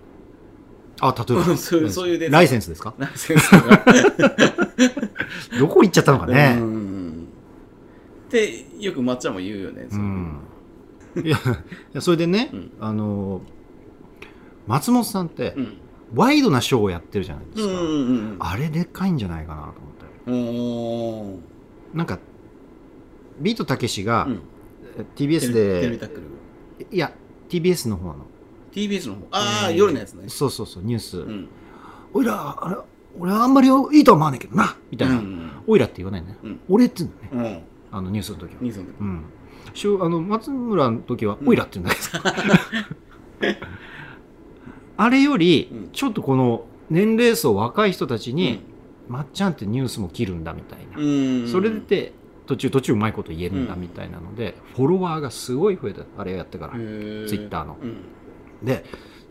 A: あ例えば
B: そういうそういうデザイン
A: ライセンスですか
B: ライセンスが。
A: どこ行っちゃったのか ね
B: うんうんうん。って、よくまっちゃんも言うよね。
A: う、
B: そうん
A: いやいやそれでね、
B: うん
A: あの松本さんって
B: うん。
A: ワイドなショーをやってるじゃないです
B: うん
A: か、
B: うんうん
A: あれでかいんじゃないかなと思って
B: うん。おー
A: なんかビートたけしが、
B: うん。
A: TBS
B: テレビ
A: で
B: タックル。
A: いや TBS の方の
B: TBS の方。ああ、
A: えー
B: 夜のやつね。
A: そうそうそうニュース、
B: うん。
A: おいらあれ俺はあんまりいいとは思わないけどなみたいな、
B: うん
A: おいらって言わないね、
B: うん
A: 俺って言うのね
B: うん。うん。
A: あのニュースの時は
B: 兄さんの時
A: うん、しょあの松村の時は「
B: うん
A: オイラ」って言うんだけど、 あれより
B: うん
A: ちょっとこの年齢層若い人たち
B: うん
A: に「まっちゃんってニュースも切るんだ」みたいな、
B: うん
A: それで途中途中うまいこと言えるんだみたいなので、フォロワーがすごい増えたあれやってから、ツイッターの。
B: うん
A: で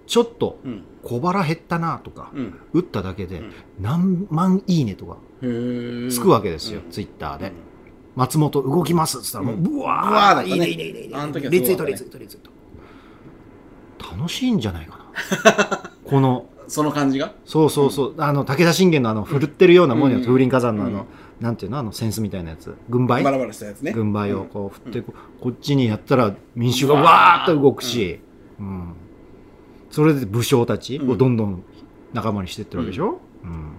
A: ちょっと
B: うん
A: 小腹減ったなとか、
B: うん
A: 打っただけで
B: うん
A: 何万いいねとか
B: へえ
A: つくわけですよ、
B: うん
A: ツイッターで。
B: うん
A: 松本動きますっつったらもう、
B: うん
A: ブワー
B: ブワーだった
A: い
B: ね
A: いねいいねいいねいいね
B: あの時は
A: リツイー
B: すごか
A: ト
B: ったね
A: リツイートリツイート楽しいんじゃないかな この
B: その感じが
A: そうそうそう、あの武田信玄のあの振るってるようなもんよ、
B: うん
A: 風林火山のあの、
B: うん
A: なんていうのあの扇子みたいなやつ軍配
B: バラバラしたやつね
A: 軍配をこう振ってこ,、こっちにやったら民衆
B: う
A: が
B: わ
A: わーっと動くし、うんそれで武将たちをどんどん仲間にしてってるわけでしょ、うん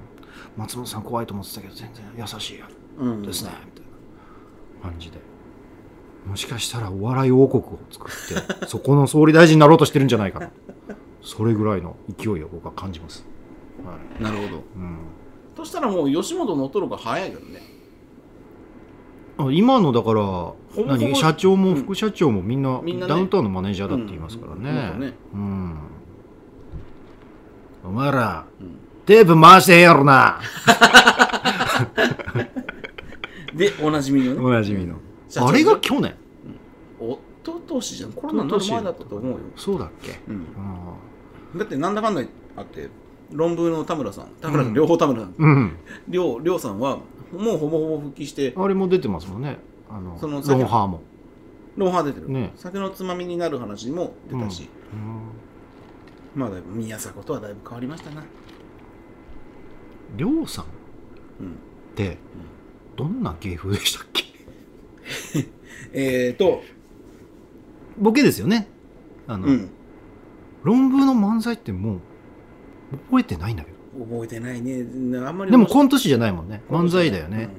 A: 松本さん怖いと思ってたけど全然優しいや
B: うん
A: ですね、みたいな感じでもしかしたらお笑い王国を作って そこの総理大臣になろうとしてるんじゃないかなそれぐらいの勢いを僕は感じます、はい
B: なるほ
A: う
B: どとしたらもう吉本乗っ取るが早いけどね
A: ん、あ今のだから
B: ぼほぼ
A: 何社長
B: う
A: も
B: ん
A: 副社長もみんな
B: みんなね
A: ダウンタウンのマネージャーだって言いますからね,、
B: う
A: うんん
B: そうだね
A: お前ら
B: うん
A: テープ回してへんやろ な
B: でおなじみのね
A: おなじみの
B: 社長
A: あれが去年
B: おととしじゃんコロナになる前だったと思うよ
A: そうだっけ、
B: うん
A: うん
B: だってなんだかんだあって論文の田村さん田村さん両方田村さん
A: うん、
B: 両両さんはもうほぼほぼ復帰して
A: あれも出てますもんねあの
B: その
A: ロンハーも
B: ロンハー出てる
A: ね
B: 酒のつまみになる話も出たし
A: うん
B: まあだいぶ宮迫とはだいぶ変わりましたな
A: りょうさんっ
B: うん
A: てどんな芸風でしたっけ
B: えーと
A: ボケですよねあの、
B: うん
A: 論文の漫才ってもう覚えてないんだけど
B: 覚えてないねあんまり
A: でもコント師じゃないもんね漫才だよね、、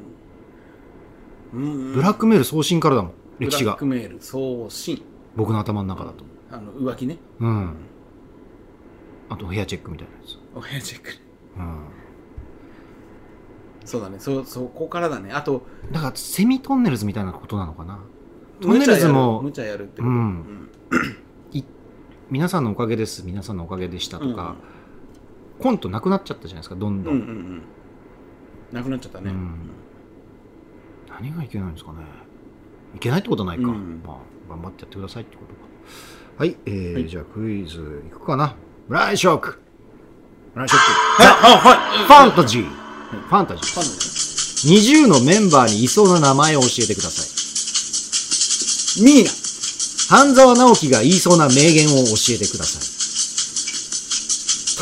B: うんうんうん
A: ブラックメール送信からだもん歴史
B: ブラ
A: が
B: ックメール送信
A: 僕の頭の中だと
B: あの浮気ね
A: う
B: うん
A: あとヘアチェックみたいなやつ
B: お部屋チェック
A: う
B: そうだねそそこからだねあと
A: んだからセミトンネルズみたいなことなのかなトンネルズも
B: 無茶やる無茶やるってこと
A: うん
B: ん
A: 皆さんのおかげです皆さんのおかげでしたとか、コントなくなっちゃったじゃないですかどん
B: うんう
A: ど
B: ん
A: ん、
B: うんうんなくなっちゃったね、
A: うん何がいけないんですかねいけないってことはないか、
B: うん
A: まあ、頑張ってやってくださいってことかはい、えー
B: はい
A: じゃあクイズいくかなブライショックブライショッ
B: はいはい
A: ク
B: は
A: フ
B: い
A: ァンタジーファンタジ
B: ファンのね
A: ー20のメンバーにいそうな名前を教えてください
B: ミーナ
A: 半沢直樹が言いそうな名言を教えてください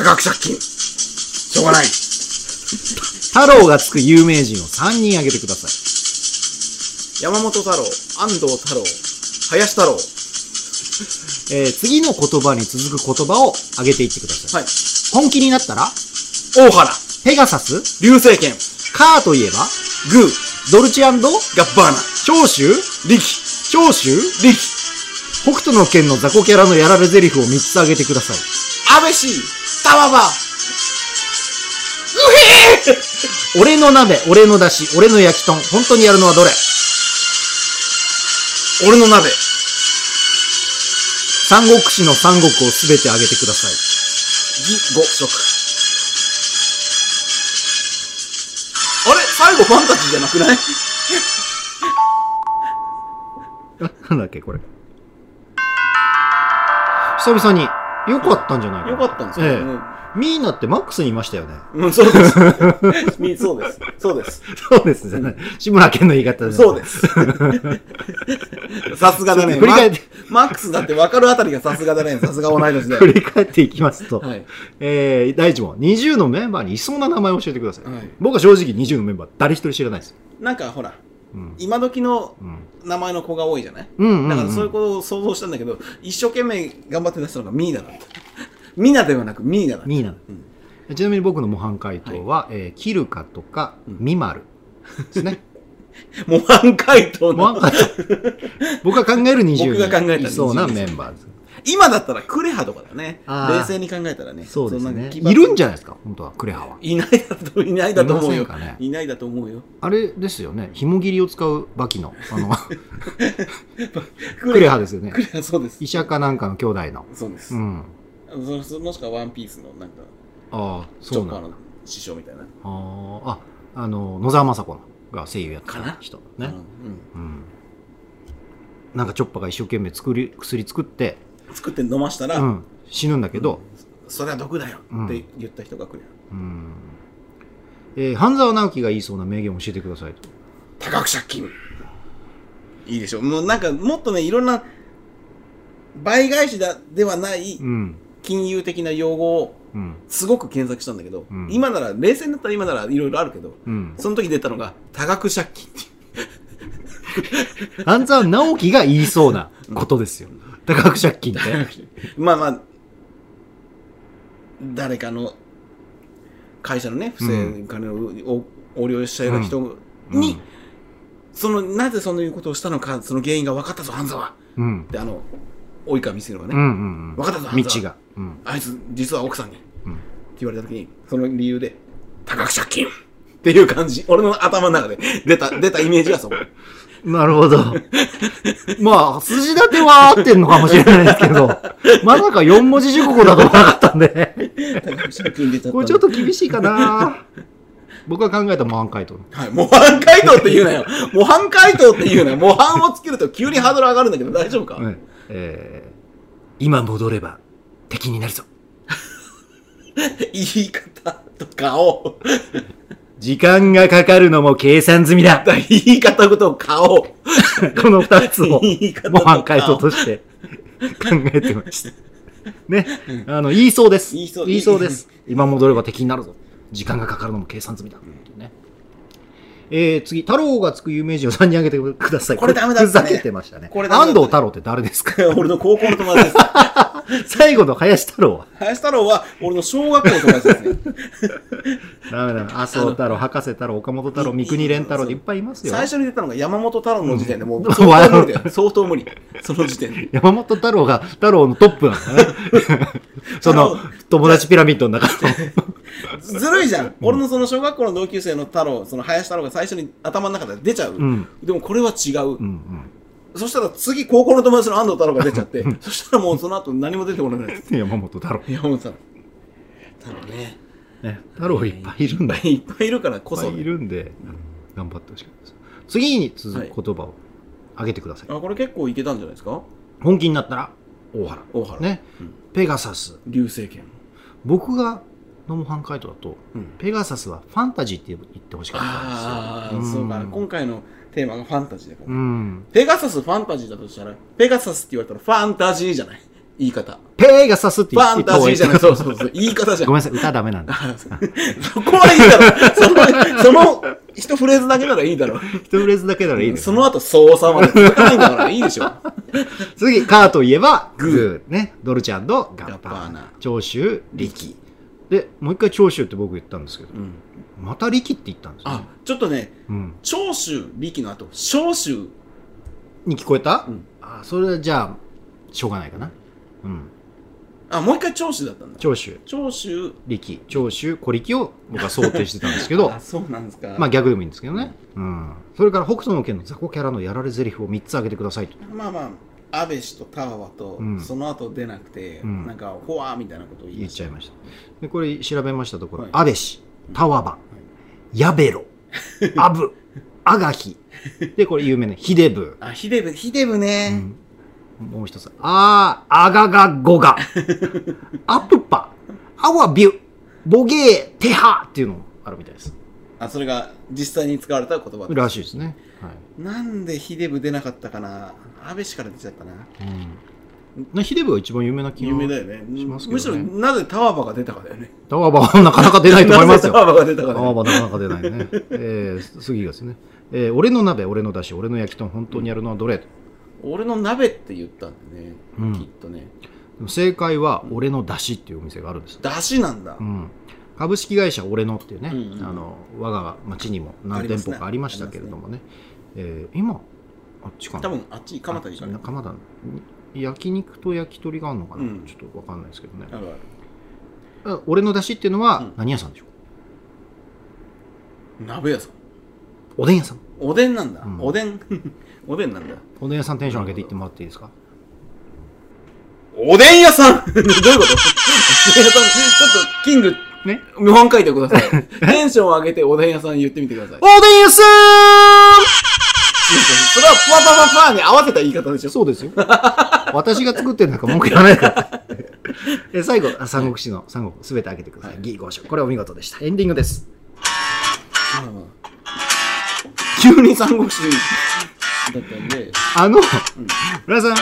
B: 高く借金しょうがない
A: 太郎がつく有名人を3人挙げてください
B: 山本太郎安藤太郎林太郎
A: えー次の言葉に続く言葉を上げていってください。
B: はい
A: 本気になったら、
B: 大原
A: ペガサス、
B: 流星拳
A: カーといえば、
B: グー
A: ドルチアンド、
B: ガッバーナ
A: 長州、
B: 力
A: 長州、
B: 力
A: 北斗の剣の雑魚キャラのやられ台詞を3つ上げてください。
B: 安倍氏タワバ
A: 俺の鍋、俺の出汁、俺の焼き豚、本当にやるのはどれ
B: 俺の鍋
A: 三国志の三国をすべて上げてください。
B: 義五色あれ最後ファンタジーじゃなくな
A: な
B: い
A: んだっけ、これ。久々に、良かったんじゃないかな
B: よかったんですよ、
A: ええミーナってマックスにいましたよね。
B: うん、うん、そうです。みそうです。そうです。
A: そうです、じゃない。 志村けんの言い方で。
B: そうです。さすがだね。
A: 振り返って
B: ママックスだって分かるあたりがさすがだね。さすが同い年だ
A: 振
B: よ。
A: り返っていきますと、
B: はい。
A: えー、第1問、20のメンバーにいそうな名前を教えてください。
B: はい
A: 僕は正直20のメンバー、誰一人知らないです。
B: なんかほら、
A: うん。
B: 今時の
A: うん。
B: 名前の子が多いじゃない
A: うん、うん。
B: だからそういうことを想像したんだけど、一生懸命頑張って出したのがミーナだった。 ミナではなくミーナだった。
A: ミーナ
B: うん
A: ちなみに僕の模範解答は、えーキルカとか、
B: うん
A: ミマルです ね。
B: 模範解答
A: 模範
B: の。
A: 解答。僕が考える
B: 僕が考え
A: 20
B: た
A: にいそうなメンバーです。
B: 今だったらクレハとかだね。
A: あー
B: 冷静に考えたらね。
A: そうですね。
B: の
A: いるんじゃないですか、本当は、クレハは。
B: いないだと、いないだと思う
A: い
B: よ
A: ま。せんかね
B: いないだと思うよ。
A: あれですよね、紐切りを使うバキの、あ の、クレハですよね
B: ク。レハ、そうです
A: 医。者かなんかの兄弟の。
B: そうです
A: う。ん。
B: そそもしくはワンピースのなんか、
A: ああ、
B: チョ
A: そう
B: ッパ
A: な
B: ー
A: んだ
B: の。師匠みたいな。
A: あーあ、あの、野沢雅子が声優やって
B: かな
A: た人ね。
B: う
A: うん。なんかチョッパーが一生懸命作り薬作って、
B: ん作って飲ましたら、
A: うん、死ぬんだけど、
B: それは毒だよ
A: うん
B: って言った人がクレハ。
A: うん。えー半沢直樹が言いそうな名言を教えてくださいと。
B: 多額借金いいでしょもうなんかもっとねいろんな倍返しだではない
A: うん。
B: 金融的な用語を
A: うん。
B: すごく検索したんだけど、
A: うん
B: 今なら冷静になったら今ならいろいろあるけど
A: うん。
B: その時出たのが多額借金ってい
A: 半沢直樹が言いそうなことです よ。高額借金って。
B: うまあまあ誰かの会社のね不正に金をお横領しちゃう人に、そのなぜそのいうことをしたのかその原因が分かったぞ半沢
A: うん。うん
B: っ。てあの及川見せるのが
A: う
B: ね、
A: んうんうん。
B: 分かったぞ半
A: 道
B: 沢
A: が。うん。
B: あいつ、実は奥さんに。
A: うん
B: って言われた時に、その理由で、多額借金 っていう感じ。俺の頭の中で出た、出たイメージがそこ。
A: なるほど。まあ、筋立ては合ってんのかもしれないですけど、まさか4文字熟語だと思わなかったんで、
B: 多額借金出ちゃった。
A: これちょっ。と厳しいかな僕が考えた模範解答。
B: はい、模範解答って言うなよ。模範解答って言うなよ。模範をつけると急にハードル上がるんだけど大丈夫か、
A: うんえー今戻れば敵になるぞ。
B: 言い方と顔。
A: 時間がかかるのも計算済みだ
B: 言い方と顔。
A: この2つを
B: 言い方
A: 模
B: と
A: 範
B: 顔。
A: 解答として考えてました。ね、あの、言いそうです。
B: 言いそう
A: です。今戻れば敵になるぞ。時間がかかるのも計算済みだ。ねえー、次、太郎がつく有名人を3人挙げてください。
B: これダメだったね
A: ふざけてましたね。
B: これダメだった
A: 安
B: ね
A: 藤太郎って誰ですか
B: 俺の高校の友達です。
A: 最後の林太郎は。
B: 林太郎は俺の小学校の友達ですね。
A: ダメ ダメ。麻生太郎、博士太郎、岡本太郎、
B: い
A: 三
B: い
A: 国連太郎
B: そう
A: いっぱいいますよ。
B: 最初に出たのが山本太郎の時点でも
A: うん
B: う相当無理 だよ。相当無理。その時点で。
A: 山本太郎が太郎のトップなん だね。その友達ピラミッドの中の。
B: ずるいじゃん。俺のその小学校の同級生の太郎、その林太郎が最初に頭の中で出ちゃう。
A: うん。
B: でもこれは違う
A: うんう。ん。
B: そしたら次、高校の友達の安藤太郎が出ちゃって、そしたらもうその後何も出てこ なくないです。
A: 山本太郎。
B: 山本太郎。太郎ね。
A: ね、太郎いっぱいいるんだよ。
B: いっぱいいるからこ
A: いっ
B: そ。
A: ぱいいるんで、頑張ってほしかったです。次に続く言葉を上げてください。
B: あ、これ結構いけたんじゃないですか
A: 本気になったら、大原。
B: 大原。
A: ね、
B: うん
A: ペガサス。
B: 流星拳。
A: 僕がノモハンカイトだと、
B: うん
A: ペガサスはファンタジーって言ってほしかった
B: あ
A: ん
B: あ、
A: ですよ。
B: そうか。
A: ん
B: 今回のテーマがファンタジーで。
A: うん。
B: ペガサスファンタジーだとしたら、ペガサスって言われたらファンタジーじゃない言い方。
A: ペガサスって
B: フ
A: 言
B: ァンタジーじゃな
A: 言
B: い。
A: った方が
B: そうそうそう。言い方じ ゃ
A: ごめ
B: ん。
A: んなさい、歌ダメなんで。
B: あそう そこはいいだろ。その、その、一フレーズだけならいいだろ。
A: 一フレーズだけならいいです
B: そ。の後、操作まで続かないんだからいいでしょ。
A: 次、カーといえば、
B: グ
A: グー。ね。ドルチャンド、ガッパ
B: ガッパー
A: ー
B: ナ
A: ナ。長州、
B: リ
A: 力。
B: キ。
A: で、もう一回長州って僕言ったんですけど、
B: うん。
A: また力って言ったんですよ、
B: あ、ちょっとね、
A: うん。
B: 長州力の後、長州、
A: に聞こえた、
B: うん
A: あ、それはじゃあ、しょうがないかな。うん。
B: あ、もう一回長州だったんだ。
A: 長州、
B: 長州
A: 力、長州、小力を僕は想定してたんですけど
B: あ、、そうなんですか。
A: まあギャグでもいいんですけどね。うん。それから北斗の拳の雑魚キャラのやられ台詞を3つ挙げてくださいと。
B: まあまあ、安倍氏とタワワと、
A: うん
B: その後出なくて、
A: うん
B: なんか、ほわーみたいなことを言い
A: 言っ
B: 出
A: ち
B: した
A: ゃいました。で、これ調べましたところ、
B: はい
A: 安倍氏、タワバ
B: い、
A: ヤベ ロ、アブ、アガヒ。で、これ有名ね、ヒデブ。
B: あ、ヒデブ、ヒデブ
A: う
B: ね。
A: んもう一つ、あー、アガガゴ ガ、アプパ、アワビュ、ボゲー、テハっていうのもあるみたいです。
B: あ、それが実際に使われた言葉
A: らしいですね。はい。
B: なんでヒデブ出なかったかな。安倍氏から出ちゃったな。
A: うんね、ヒデブが一番有名な気が
B: 有名だよね。
A: しますけ
B: むし
A: ど
B: ろ、
A: ね
B: なぜタワバが出たかだよね。
A: タワバはなかなか出ないと思いますよ
B: な。ぜタワバが出たかだ
A: 泡
B: よね。
A: はなかなか出ないね。えー、次がですね、えー俺の鍋、俺のだし、俺の焼き豚、本当にやるのはどれ、
B: 俺の鍋って言ったんだよね。
A: うん
B: きっとね。
A: 正解は、俺のだしっていうお店があるんです。
B: だしなんだ
A: う。ん、株式会社俺のっていうね、
B: うんうん
A: あの我が町にも何店舗か
B: あ
A: あ
B: り
A: り
B: ま
A: ますし
B: ね
A: たけれどもね、えー今、あっちかな。
B: 多分、あっち、蒲田に行かない
A: あ。蒲田の焼肉と焼き鳥があるのかな、
B: うん
A: ちょっとわかんないですけどね
B: あ。るある。
A: あ俺のだしっていうの
B: うん
A: は何屋さんでしょう、
B: 鍋屋さん。
A: おでん屋さん。
B: おでんなんだ。
A: うん
B: おでん。おでんなんだ。
A: おでん屋さんテンション上げていってもらっていいですか
B: おでん屋さんどういうことおでん屋さん、ちょっと、キング、
A: ね。
B: 無本書いてください。テンションを上げておでん屋さん言ってみてください。
A: おでん屋さん
B: それはパパパパーに合わせた言い方でしょ
A: そうですよ。 私が作ってるなんか文句言わないから。 え最後、あ三国志の三国すべてあげてくださ
B: はい
A: い。義合書。これお見事でした。エンディングです。
B: 急に三国志だったんで、
A: あの、村井さん、あのー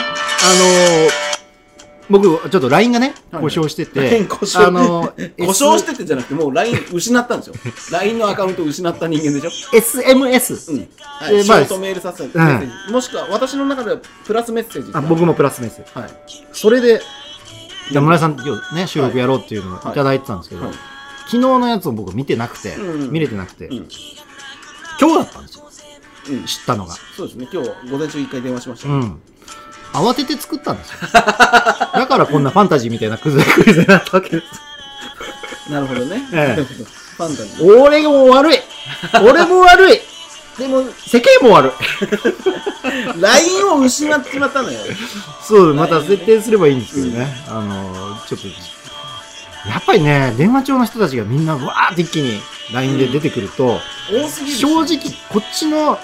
A: 僕、ちょっと LINE がね、
B: はい
A: 故障してて、
B: LINE 故障
A: あのー、
B: 故障して
A: S-
B: てじゃなくて、もう LINE 失ったんでしょ ?LINE のアカウントを失った人間でしょ
A: SMS、
B: うん。はい、
A: え
B: シ
A: まあ
B: ョートメールさせて、メッセージもしくは私の中ではプラスメッセージです
A: あ。僕もプラスメッセージ。
B: はい。
A: それで、じゃあ村井さん、今日ね、収録やろうっていうのをいただいてたんですけど、
B: はいはい
A: 昨日のやつを僕見てなくて、
B: うん
A: 見れてなくて、
B: うん
A: 今日だったんですよ、
B: うん
A: 知ったのが。
B: そうですね、今日午前中一回電話しました。
A: うん。慌てて作ったんですよ。 だからこんなファンタジーみたいなクズクイズになったわけです。
B: なるほどね。
A: ええ
B: ファンタジー。
A: 俺も悪い俺も悪いでも、世間も悪い
B: LINE を失ってしまったのよ。
A: そう、また設定すればいいんですけどね。あの、ちょっと、やっぱりね、電話帳の人たちがみんなわーって一気に LINE で出てくると、
B: 多すぎる。
A: 正直こっちの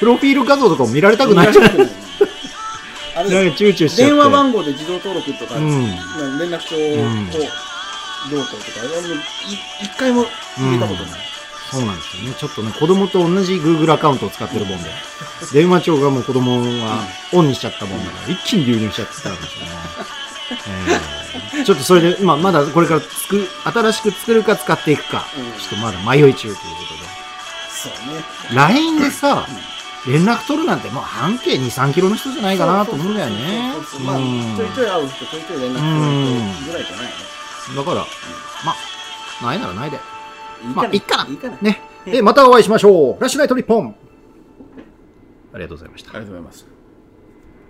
A: プロフィール画像とかも見られたくないじゃない
B: あれ
A: なんか躊躇しちゃって。
B: 電話番号で自動登録とか、
A: うん
B: 連絡帳を
A: うん
B: どうこうとか、俺もい一回も入れたことない。
A: そうなんですよね。ちょっとね、子供と同じ Google アカウントを使ってるもんで、電話帳がもう子供はオンにしちゃったもんだから、一気に流入しちゃってたんでしょうね。えーちょっとそれで、まあ、まだこれからつく、新しく作るか使っていくか、
B: うん
A: ちょっとまだ迷い中ということで、
B: そうね
A: LINE でさ、連絡取るなんてもう半径2、3キロの人じゃないかなと思うんだよね
B: そうそうそう。
A: う
B: まあ
A: ん
B: ちょいちょい会う人ちょいちょい連絡する人ぐらいじゃないの
A: だから、まあ、ないならないで。
B: いい
A: まあいいかな
B: かな。いいかな。あり
A: ね。で、またお会いしましょう。フラッシュライト日本。ありがとうございました
B: が。とうございます。